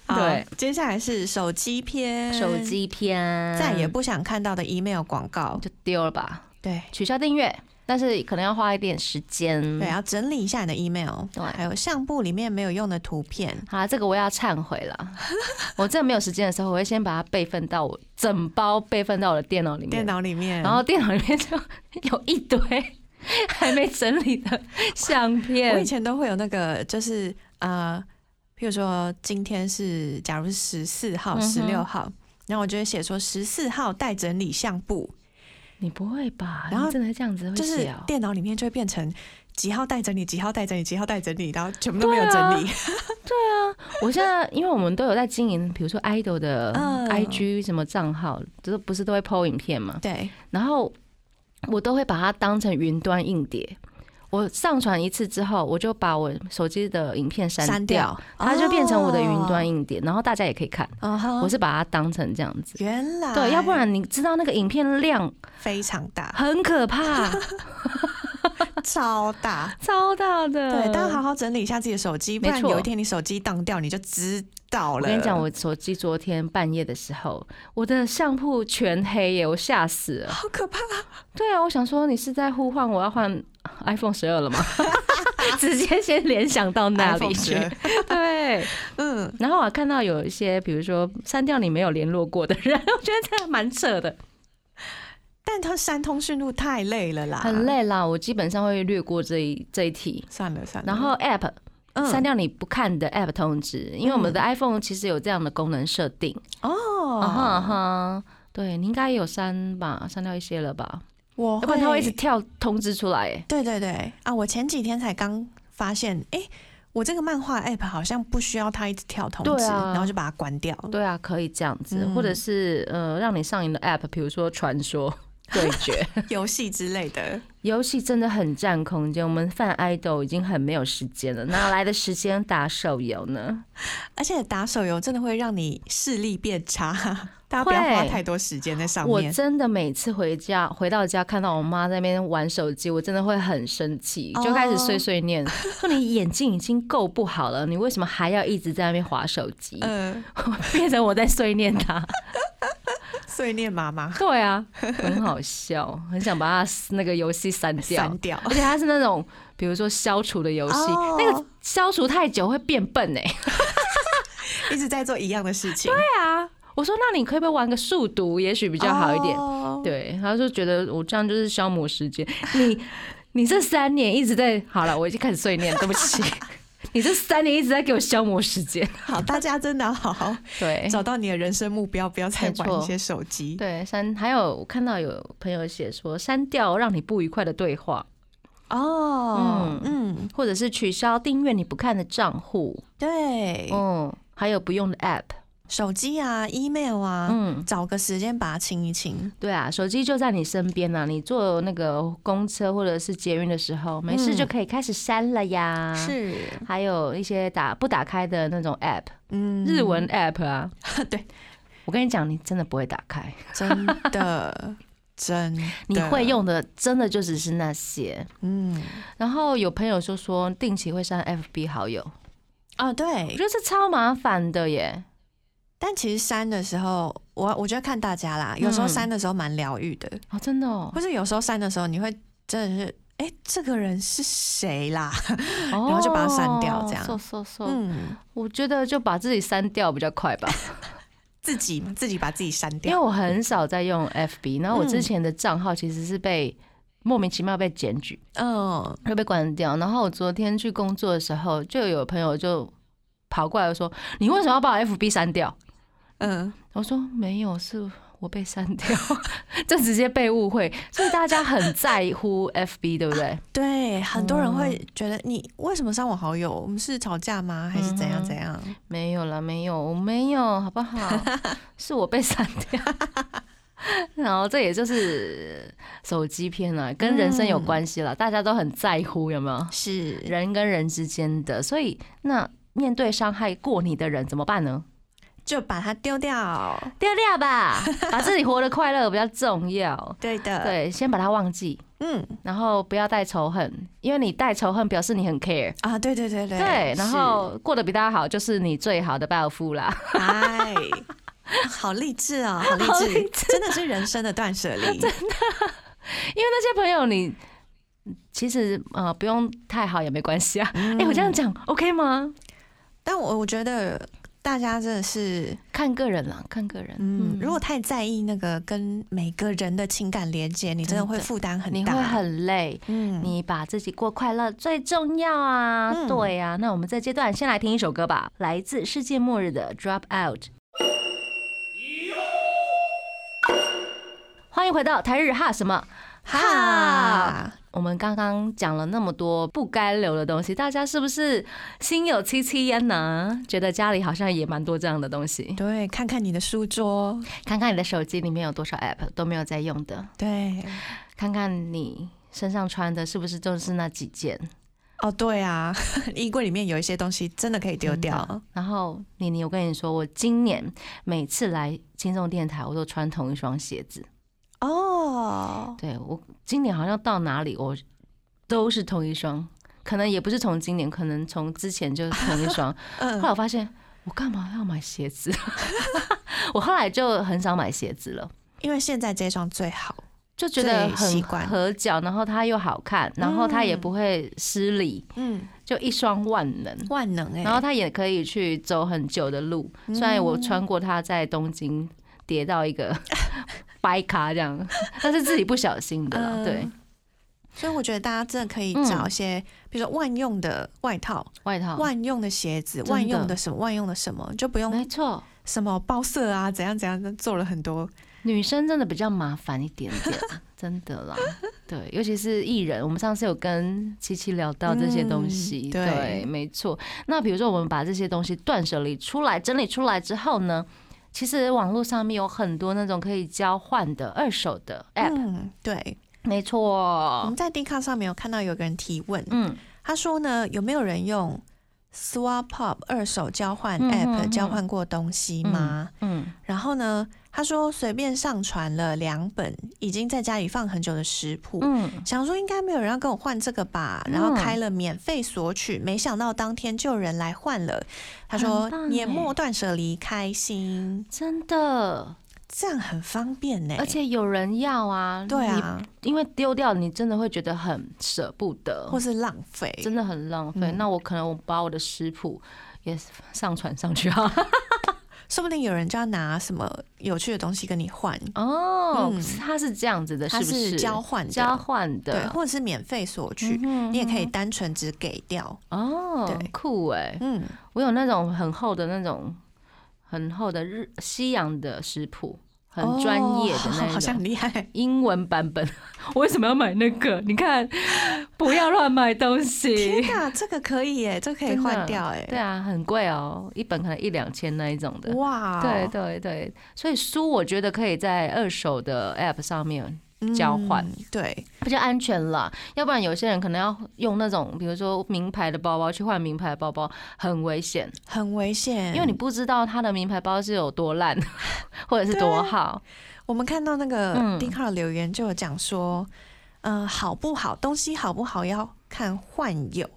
Speaker 3: 好
Speaker 2: 对，
Speaker 3: 接下来是手机篇，
Speaker 2: 手机篇
Speaker 3: 再也不想看到的 email 广告，
Speaker 2: 就丢了吧，
Speaker 3: 对
Speaker 2: 取消订阅，但是可能要花一点时间。
Speaker 3: 对，要整理一下你的 email，
Speaker 2: 嗯对
Speaker 3: 还有相簿里面没有用的图片，
Speaker 2: 好啦，这个我要忏悔了。 我真的没有时间的时候，我会先把它备份到我整包备份到我的电脑里面，
Speaker 3: 电脑里面，
Speaker 2: 然后电脑里面就有一堆还没整理的相
Speaker 3: 我以
Speaker 2: 片。
Speaker 3: 前都会有那个，就是呃，譬如说今天是假如十四号、
Speaker 2: 嗯哼
Speaker 3: 十六号，然后我就会写说十四号待整理相簿，
Speaker 2: 你不会吧？
Speaker 3: 然后
Speaker 2: 你真的这样子会
Speaker 3: 就是
Speaker 2: 写哦、
Speaker 3: 电脑里面就会变成几号待整理、几号待整理、几号待整理，然后全部都没有整理。
Speaker 2: 我现在因为我们都有在经营，比如说 idol 的
Speaker 3: 嗯
Speaker 2: IG 什么账号，就是不是都会 PO 影片嘛？
Speaker 3: 对，啊
Speaker 2: 然后我都会把它当成云端硬碟，我上传一次之后，我就把我手机的影片删
Speaker 3: 删
Speaker 2: 掉
Speaker 3: 掉，
Speaker 2: 它就变成我的云端
Speaker 3: 哦
Speaker 2: 硬碟，然后大家也可以看。
Speaker 3: 嗯哼
Speaker 2: 我是把它当成这样子。
Speaker 3: 原来
Speaker 2: 对，要不然你知道那个影片量
Speaker 3: 非常大，
Speaker 2: 很可 怕，
Speaker 3: 超 大。
Speaker 2: 超大的。
Speaker 3: 对，但好好整理一下自己的手机，不
Speaker 2: 呃没
Speaker 3: 然
Speaker 2: 错
Speaker 3: 有一天你手机当掉，你就知道
Speaker 2: 我
Speaker 3: 了。
Speaker 2: 跟你讲，我手机昨天半夜的时候，我的相簿全黑耶，我吓死了。
Speaker 3: 好可怕，
Speaker 2: 对啊，我想说你是在呼唤我要换 iPhone 十二 了吗？直接先联想到那里
Speaker 3: iPhone
Speaker 2: 去。
Speaker 3: 12
Speaker 2: 对，
Speaker 3: 嗯，
Speaker 2: 然后我还看到有一些，比如说删掉你没有联络过的人，我觉得这样蛮扯的，
Speaker 3: 但他删通讯录太累了啦，
Speaker 2: 很。累啦。我基本上会略过这一这一题。
Speaker 3: 算了算了，
Speaker 2: 然后 App
Speaker 3: 嗯
Speaker 2: 删掉你不看的 App 通知，因为我们的 iPhone 其实有这样的功能设定。啊哈啊
Speaker 3: 哦，
Speaker 2: 哈，对你应该也有删吧，删掉一些了吧，
Speaker 3: 我
Speaker 2: 要
Speaker 3: 哦会
Speaker 2: 不然它会一直跳通知出来。哎
Speaker 3: 对对对啊！我前几天才刚发现，哎、我这个漫画 app 好像不需要它一直跳通知，
Speaker 2: 对啊
Speaker 3: 然后就把它关掉。
Speaker 2: 对啊，可以这样子，
Speaker 3: 嗯
Speaker 2: 或者是呃，让你上瘾的 App，比如说《传 说》对决
Speaker 3: 游戏之类的，
Speaker 2: 游戏，真的很占空间。我们犯 idol 已经很没有时间了，哪来的时间打手游呢？
Speaker 3: 而且打手游真的会让你视力变差， 大家不要
Speaker 2: 会
Speaker 3: 花太多时间在上
Speaker 2: 我
Speaker 3: 面。
Speaker 2: 真的每次回家回到家看到我妈在那边玩手机，我真的会很生气，就开始
Speaker 3: 哦
Speaker 2: 碎碎念，说你眼睛已经够不好了，你为什么还要一直在那边划手机？
Speaker 3: 嗯，
Speaker 2: 变成我在碎念她。
Speaker 3: 碎念妈妈
Speaker 2: 对啊，很好笑，很想把它那个游戏删掉
Speaker 3: 删。掉。
Speaker 2: 而且它是那种，比如说消除的游戏
Speaker 3: 哦
Speaker 2: 那个消除太久会变笨哎、
Speaker 3: 一直在做一样的事情，
Speaker 2: 对啊，我说那你可不可以玩个数独，也许比
Speaker 3: 比
Speaker 2: 较好一点。
Speaker 3: 哦、
Speaker 2: 对，他就觉得我这样就是消磨时间。你 你这三年一直在，好了，我已经开始碎念，对不 起。你这三年一直在给我消磨时间，
Speaker 3: 好，大家真的要 好好
Speaker 2: 对
Speaker 3: 找到你的人生目标，不要再
Speaker 2: 没错
Speaker 3: 玩一些手机。
Speaker 2: 对删。还有我看到有朋友写说删掉让你不愉快的对话，
Speaker 3: 哦，嗯，
Speaker 2: 或者是取消订阅你不看的账户，
Speaker 3: 对，
Speaker 2: 嗯，还有不用的 app，
Speaker 3: 手机啊，email 啊，
Speaker 2: 嗯，
Speaker 3: 找个时间把它清一清。
Speaker 2: 对啊，手机就在你身边啊，你坐那个公车或者是捷运的时候，没事就可以开始删了呀。。
Speaker 3: 嗯是，
Speaker 2: 还有一些打不打开的那种 app，
Speaker 3: 嗯
Speaker 2: 日文 app 啊，
Speaker 3: 对，
Speaker 2: 我跟你讲，你真的不会打开，
Speaker 3: 真 的，真的
Speaker 2: 你会，用的真的就只是那些。
Speaker 3: 嗯，
Speaker 2: 然后有朋友就说定期会删 FB 好友，
Speaker 3: 哦，
Speaker 2: 我
Speaker 3: 对
Speaker 2: 觉。得这超麻烦的耶。
Speaker 3: 但其实删的时候，我我觉得看大家啦，有时候删的时候蛮疗愈的，
Speaker 2: 哦，真的哦
Speaker 3: 或，是有时候删的时候，你会真的是，哎、这个人是谁啦？
Speaker 2: 然
Speaker 3: 后就把它删掉这样
Speaker 2: 嗖嗖嗖，
Speaker 3: 嗯，
Speaker 2: 哦我觉得就把自己删掉比较快吧。
Speaker 3: 自己嘛，自己把自己删
Speaker 2: 因为
Speaker 3: 掉。
Speaker 2: 我很少在用 FB，然后我之
Speaker 3: 嗯
Speaker 2: 前的账号其实是被莫名其妙被检举，
Speaker 3: 嗯，
Speaker 2: 会被关掉。然后我昨天去工作的时候，就有朋友就跑过来说：“你为什么要把我 FB 删掉
Speaker 3: 嗯，？”
Speaker 2: 我说：“没有，是我被删掉。” 就直接被误会，所以大家很在乎 FB，对不对？
Speaker 3: 对，很多人会觉得你为什么删我好友？我们是吵架吗？还是怎样怎样？
Speaker 2: 没有啦，没有，我没有，好不 好？是我被删掉。然后这也就是手机片啦，跟人生有关系
Speaker 3: 嗯
Speaker 2: 啦，大家都很在乎，有没有？
Speaker 3: 是
Speaker 2: 人跟人之间的，所以那面对伤害过你的人怎么办呢？
Speaker 3: 就把它丢掉。
Speaker 2: 丢掉 吧，把自己活得快乐比较重要。
Speaker 3: 对的，，
Speaker 2: 对，先把它忘记，
Speaker 3: 嗯
Speaker 2: 然后不要带仇恨，因为你带仇恨表示你很 care。
Speaker 3: 啊，对对对对
Speaker 2: 对，然后过得比大家好，就是你最好的报复啦。
Speaker 3: 是哎，好励志哦，好励
Speaker 2: 好
Speaker 3: 志，
Speaker 2: 励
Speaker 3: 真的是人生的断舍
Speaker 2: 因
Speaker 3: 离，
Speaker 2: 为那些朋友你，其实呃不用太好也没关系啊。哎、
Speaker 3: 嗯
Speaker 2: 我这样讲 OK 吗？
Speaker 3: 但我我觉得大家真的是，
Speaker 2: 看个人啦，看个人。
Speaker 3: 嗯，如果太在意那个跟每个人的情感连接，你真的会负担很
Speaker 2: 你
Speaker 3: 大，
Speaker 2: 会很累，
Speaker 3: 嗯，
Speaker 2: 你把自己过快乐最重要啊！
Speaker 3: 嗯
Speaker 2: 对呀、啊，那我们这阶段先来听一首歌吧，来自世界末日的《Drop Out》。欢迎回到台日哈什么哈？
Speaker 3: 哈，
Speaker 2: 我们刚刚讲了那么多不该留的东西，大家是不是心有戚戚焉呢？觉得家里好像也蛮多这样的东西。
Speaker 3: 对，看看你的书桌，
Speaker 2: 看看你的手机里面有多少 App 都没有在用的，
Speaker 3: 对，
Speaker 2: 看看你身上穿的是不是就是那几件？
Speaker 3: 哦，对啊， 衣柜里面有一些东西真的可以丢掉。
Speaker 2: 然后妮妮，我跟你说，我今年每次来轻松电台，我都穿同一双鞋子。
Speaker 3: 嗯哦，
Speaker 2: 对我今年好像到哪里我都是同一双，可能也不是从今年，可能从之前就是同一双。后来
Speaker 3: 嗯，
Speaker 2: 我发现，我干嘛要买鞋子？ 我后来就很少买鞋子了，
Speaker 3: 因为现在这双最好。
Speaker 2: 就觉得
Speaker 3: 最习
Speaker 2: 很
Speaker 3: 惯
Speaker 2: 合脚，然后它又好看，然后它也
Speaker 3: 嗯
Speaker 2: 不会失礼，
Speaker 3: 嗯，
Speaker 2: 就一双万能。
Speaker 3: 万能哎、
Speaker 2: 然后它也可以去走很久的路，
Speaker 3: 嗯
Speaker 2: 虽然我穿过它在东京跌到一个 掰卡这样，但是自己不小心的啦。
Speaker 3: 嗯
Speaker 2: 对，
Speaker 3: 所以我觉得大家真的可以
Speaker 2: 嗯
Speaker 3: 找一些，比如说万用的外套、
Speaker 2: 外套，
Speaker 3: 万用的鞋子、
Speaker 2: 真的
Speaker 3: 万用的什么、万用的什么，就不用
Speaker 2: 没错，
Speaker 3: 什么包色啊，怎样怎样，做了很多。
Speaker 2: 女生真的比较麻烦一点 点，真的啦。对，尤其是艺人，我们上次有跟七七聊到这些东西，
Speaker 3: 嗯对
Speaker 2: 对，没错。那比如说我们把这些东西断舍离出来、整理出来之后呢，其实网络上面有很多那种可以交换的二手的 app，、
Speaker 3: 嗯，对。
Speaker 2: 没
Speaker 3: 我
Speaker 2: 错
Speaker 3: 们。在 d 卡上面有看到有个人提问，
Speaker 2: 嗯，
Speaker 3: 他说呢，有没有人用 Swap Pop 二手交换
Speaker 2: 嗯嗯
Speaker 3: App
Speaker 2: 嗯
Speaker 3: 交换过东西吗？
Speaker 2: 嗯，
Speaker 3: 然后呢，他说随便上传了两本已经在家里放很久的食谱，
Speaker 2: 嗯，
Speaker 3: 想说应该没有人要跟我换这个吧，
Speaker 2: 嗯
Speaker 3: 然后开了免费索取，没想到当天就有人来换了。他说
Speaker 2: 很棒欸
Speaker 3: 年末断舍离，开心，
Speaker 2: 真的，
Speaker 3: 这样很方便呢、
Speaker 2: 而且有人要哎啊，
Speaker 3: 对啊，
Speaker 2: 你，因为丢掉你真的会觉得很舍不得，
Speaker 3: 或是浪费，
Speaker 2: 哦真的很浪费。
Speaker 3: 嗯
Speaker 2: 那我可能我把我的食谱也上传上去啊。
Speaker 3: 说不定有人就要拿什么有趣的东西跟你换，
Speaker 2: 哦，
Speaker 3: 嗯
Speaker 2: 它是这样子的，是
Speaker 3: 它
Speaker 2: 不是？
Speaker 3: 交换的，
Speaker 2: 交换
Speaker 3: 对，
Speaker 2: 的，
Speaker 3: 或者是免费索取，
Speaker 2: 嗯
Speaker 3: 你也可以单纯只给掉，
Speaker 2: 哦
Speaker 3: 对，
Speaker 2: 酷哎！
Speaker 3: 嗯，
Speaker 2: 我有那种很厚的那种很厚的日西洋的食谱，很专业的
Speaker 3: 哦 好
Speaker 2: 那
Speaker 3: 好像
Speaker 2: 种。
Speaker 3: 很厉 害，
Speaker 2: 英文版本， 我为什么要买那个？你看，不要乱买东西
Speaker 3: 天。哪，这个可以耶，这个可以
Speaker 2: 真的
Speaker 3: 换掉哎，
Speaker 2: 对啊，很贵哦，一本可能一两千那一种的。
Speaker 3: 哇，
Speaker 2: 对对对，所以书我觉得可以在二手的 App 上面
Speaker 3: 嗯
Speaker 2: 交换，
Speaker 3: 对，
Speaker 2: 比较安全啦。要不然有些人可能要用那种，比如说名牌的包包去换名牌的包包，很危险，
Speaker 3: 很危险，
Speaker 2: 因为你不知道他的名牌包是有多烂， 或者是
Speaker 3: 啊
Speaker 2: 多好。
Speaker 3: 我们看到那个
Speaker 2: 嗯
Speaker 3: d 卡的留言就有讲说，嗯、好不好，东西好不好要看换友，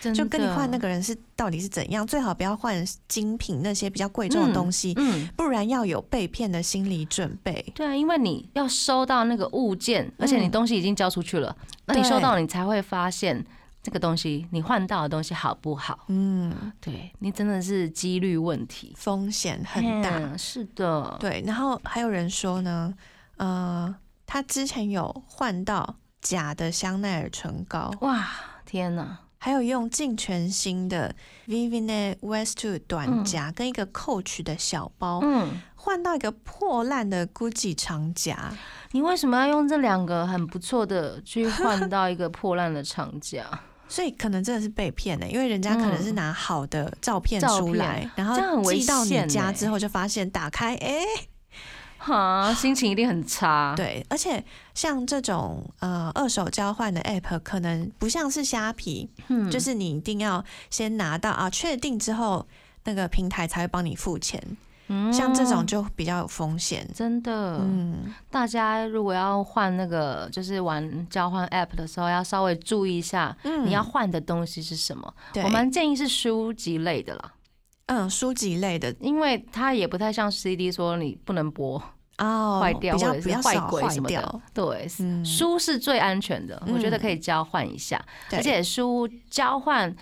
Speaker 2: 真
Speaker 3: 就跟你换那
Speaker 2: 个，
Speaker 3: 个人是到底是怎样，最好不要换精品那些比较贵重的东西，
Speaker 2: 嗯，
Speaker 3: 不然要有被骗的心理准备。
Speaker 2: 对啊，因为你要收到那个物件，而且你
Speaker 3: 嗯
Speaker 2: 东西已经交出去了，那你收
Speaker 3: 对
Speaker 2: 到你才会发现这个东西你换到的东西好不好？
Speaker 3: 嗯，
Speaker 2: 对你真的是几率问题
Speaker 3: 风险很大。
Speaker 2: 嗯是的，
Speaker 3: 对，然后还有人说呢，呃，他之前有换到假的香奈儿唇膏，
Speaker 2: 哇，天哪，
Speaker 3: 还有用尽全新的 Vivienne Westwood 短夹跟一个 Coach 的小包，
Speaker 2: 嗯，
Speaker 3: 换到一个破烂的 GUCCI 长夹，
Speaker 2: 你为什么要用这两个很不错的去换到一个破烂的厂家？
Speaker 3: 所以可能真的是被骗的、因为人家可能是拿好的照片
Speaker 2: 照
Speaker 3: 出来，然
Speaker 2: 这样
Speaker 3: 后
Speaker 2: 很危
Speaker 3: 寄到你
Speaker 2: 险
Speaker 3: 家
Speaker 2: 欸
Speaker 3: 之后就发现打开，哎、
Speaker 2: 哈，心情一定很差。，
Speaker 3: 对，而且像这种呃二手交换的 app，可能不像是虾皮，
Speaker 2: 嗯
Speaker 3: 就是你一定要先拿到啊，确定之后那个平台才会帮你付钱，像这种
Speaker 2: 嗯
Speaker 3: 就比较有风险。
Speaker 2: 真的，
Speaker 3: 嗯，
Speaker 2: 大家如果要换那个就是玩交换 app 的时候，要稍微注意一下。
Speaker 3: 嗯
Speaker 2: 你要换的东西是什么？
Speaker 3: 对
Speaker 2: 我蛮建议是书籍类的啦，
Speaker 3: 嗯书籍类的
Speaker 2: 因为它也不太像 CD 说你不能播，
Speaker 3: 哦，
Speaker 2: 坏掉
Speaker 3: 比较
Speaker 2: 或者是
Speaker 3: 比较
Speaker 2: 坏
Speaker 3: 少
Speaker 2: 鬼
Speaker 3: 坏
Speaker 2: 什么的
Speaker 3: 掉，
Speaker 2: 对，
Speaker 3: 嗯，
Speaker 2: 书是最安全的，我觉得可以交换一下，
Speaker 3: 对
Speaker 2: 而且书交换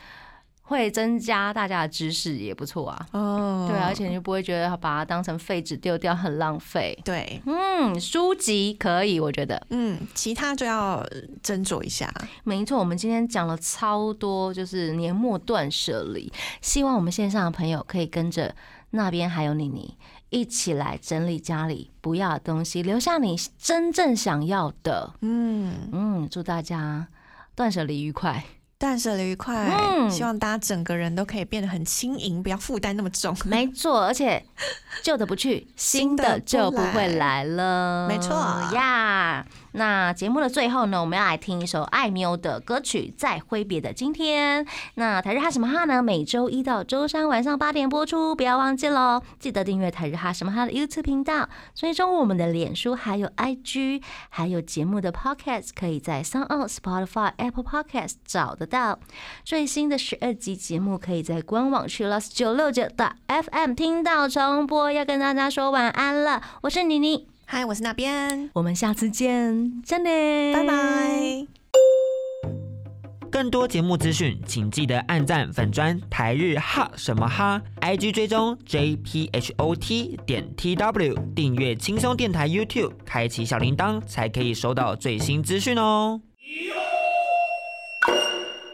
Speaker 2: 会增加大家的知识，也不错啊。
Speaker 3: 哦，
Speaker 2: 对啊，而且你就不会觉得把它当成废纸丢掉很浪费。
Speaker 3: 对，
Speaker 2: 嗯，书籍可以，我觉得
Speaker 3: 嗯，其他就要呃斟酌一下。
Speaker 2: 没错。我们今天讲了超多，就是年末断舍离，希望我们线上的朋友可以跟着那边还有妮妮一起来整理家里不要的东西，留下你真正想要的。
Speaker 3: 嗯，
Speaker 2: 嗯，祝大家断舍离愉快。
Speaker 3: 断舍离愉快，
Speaker 2: 嗯
Speaker 3: 希望大家整个人都可以变得很轻盈，不要负担那么重。
Speaker 2: 没错，而且旧的不去，新
Speaker 3: 新
Speaker 2: 的
Speaker 3: 的
Speaker 2: 就
Speaker 3: 不
Speaker 2: 不会来
Speaker 3: 来
Speaker 2: 了。
Speaker 3: 没错
Speaker 2: 呀。那节目的最后呢，我们要来听一首艾喵的歌曲《再挥别的今天》。那台日哈什么哈呢？每周一到周三晚上八点播出，不要忘记喽！记得订阅台日哈什么哈的 YouTube 频道。所以中午我们的脸书还有 IG，还有节目的 Podcast，可以在 s o u n Spotify、Apple Podcast 找得到。最新的十二集节目可以在官网去 Los 九六九的 FM 听到重播。要跟大家说晚安了，我是妮妮，
Speaker 3: 嗨，我是那边，
Speaker 2: 我们下次见，真的，
Speaker 3: 拜拜。
Speaker 4: 更多节目资讯，请记得按赞粉砖台日哈什么哈，IG 追踪 JPHOT 点 TW，订阅轻松电台 YouTube，开启小铃铛才可以收到最新资讯哦。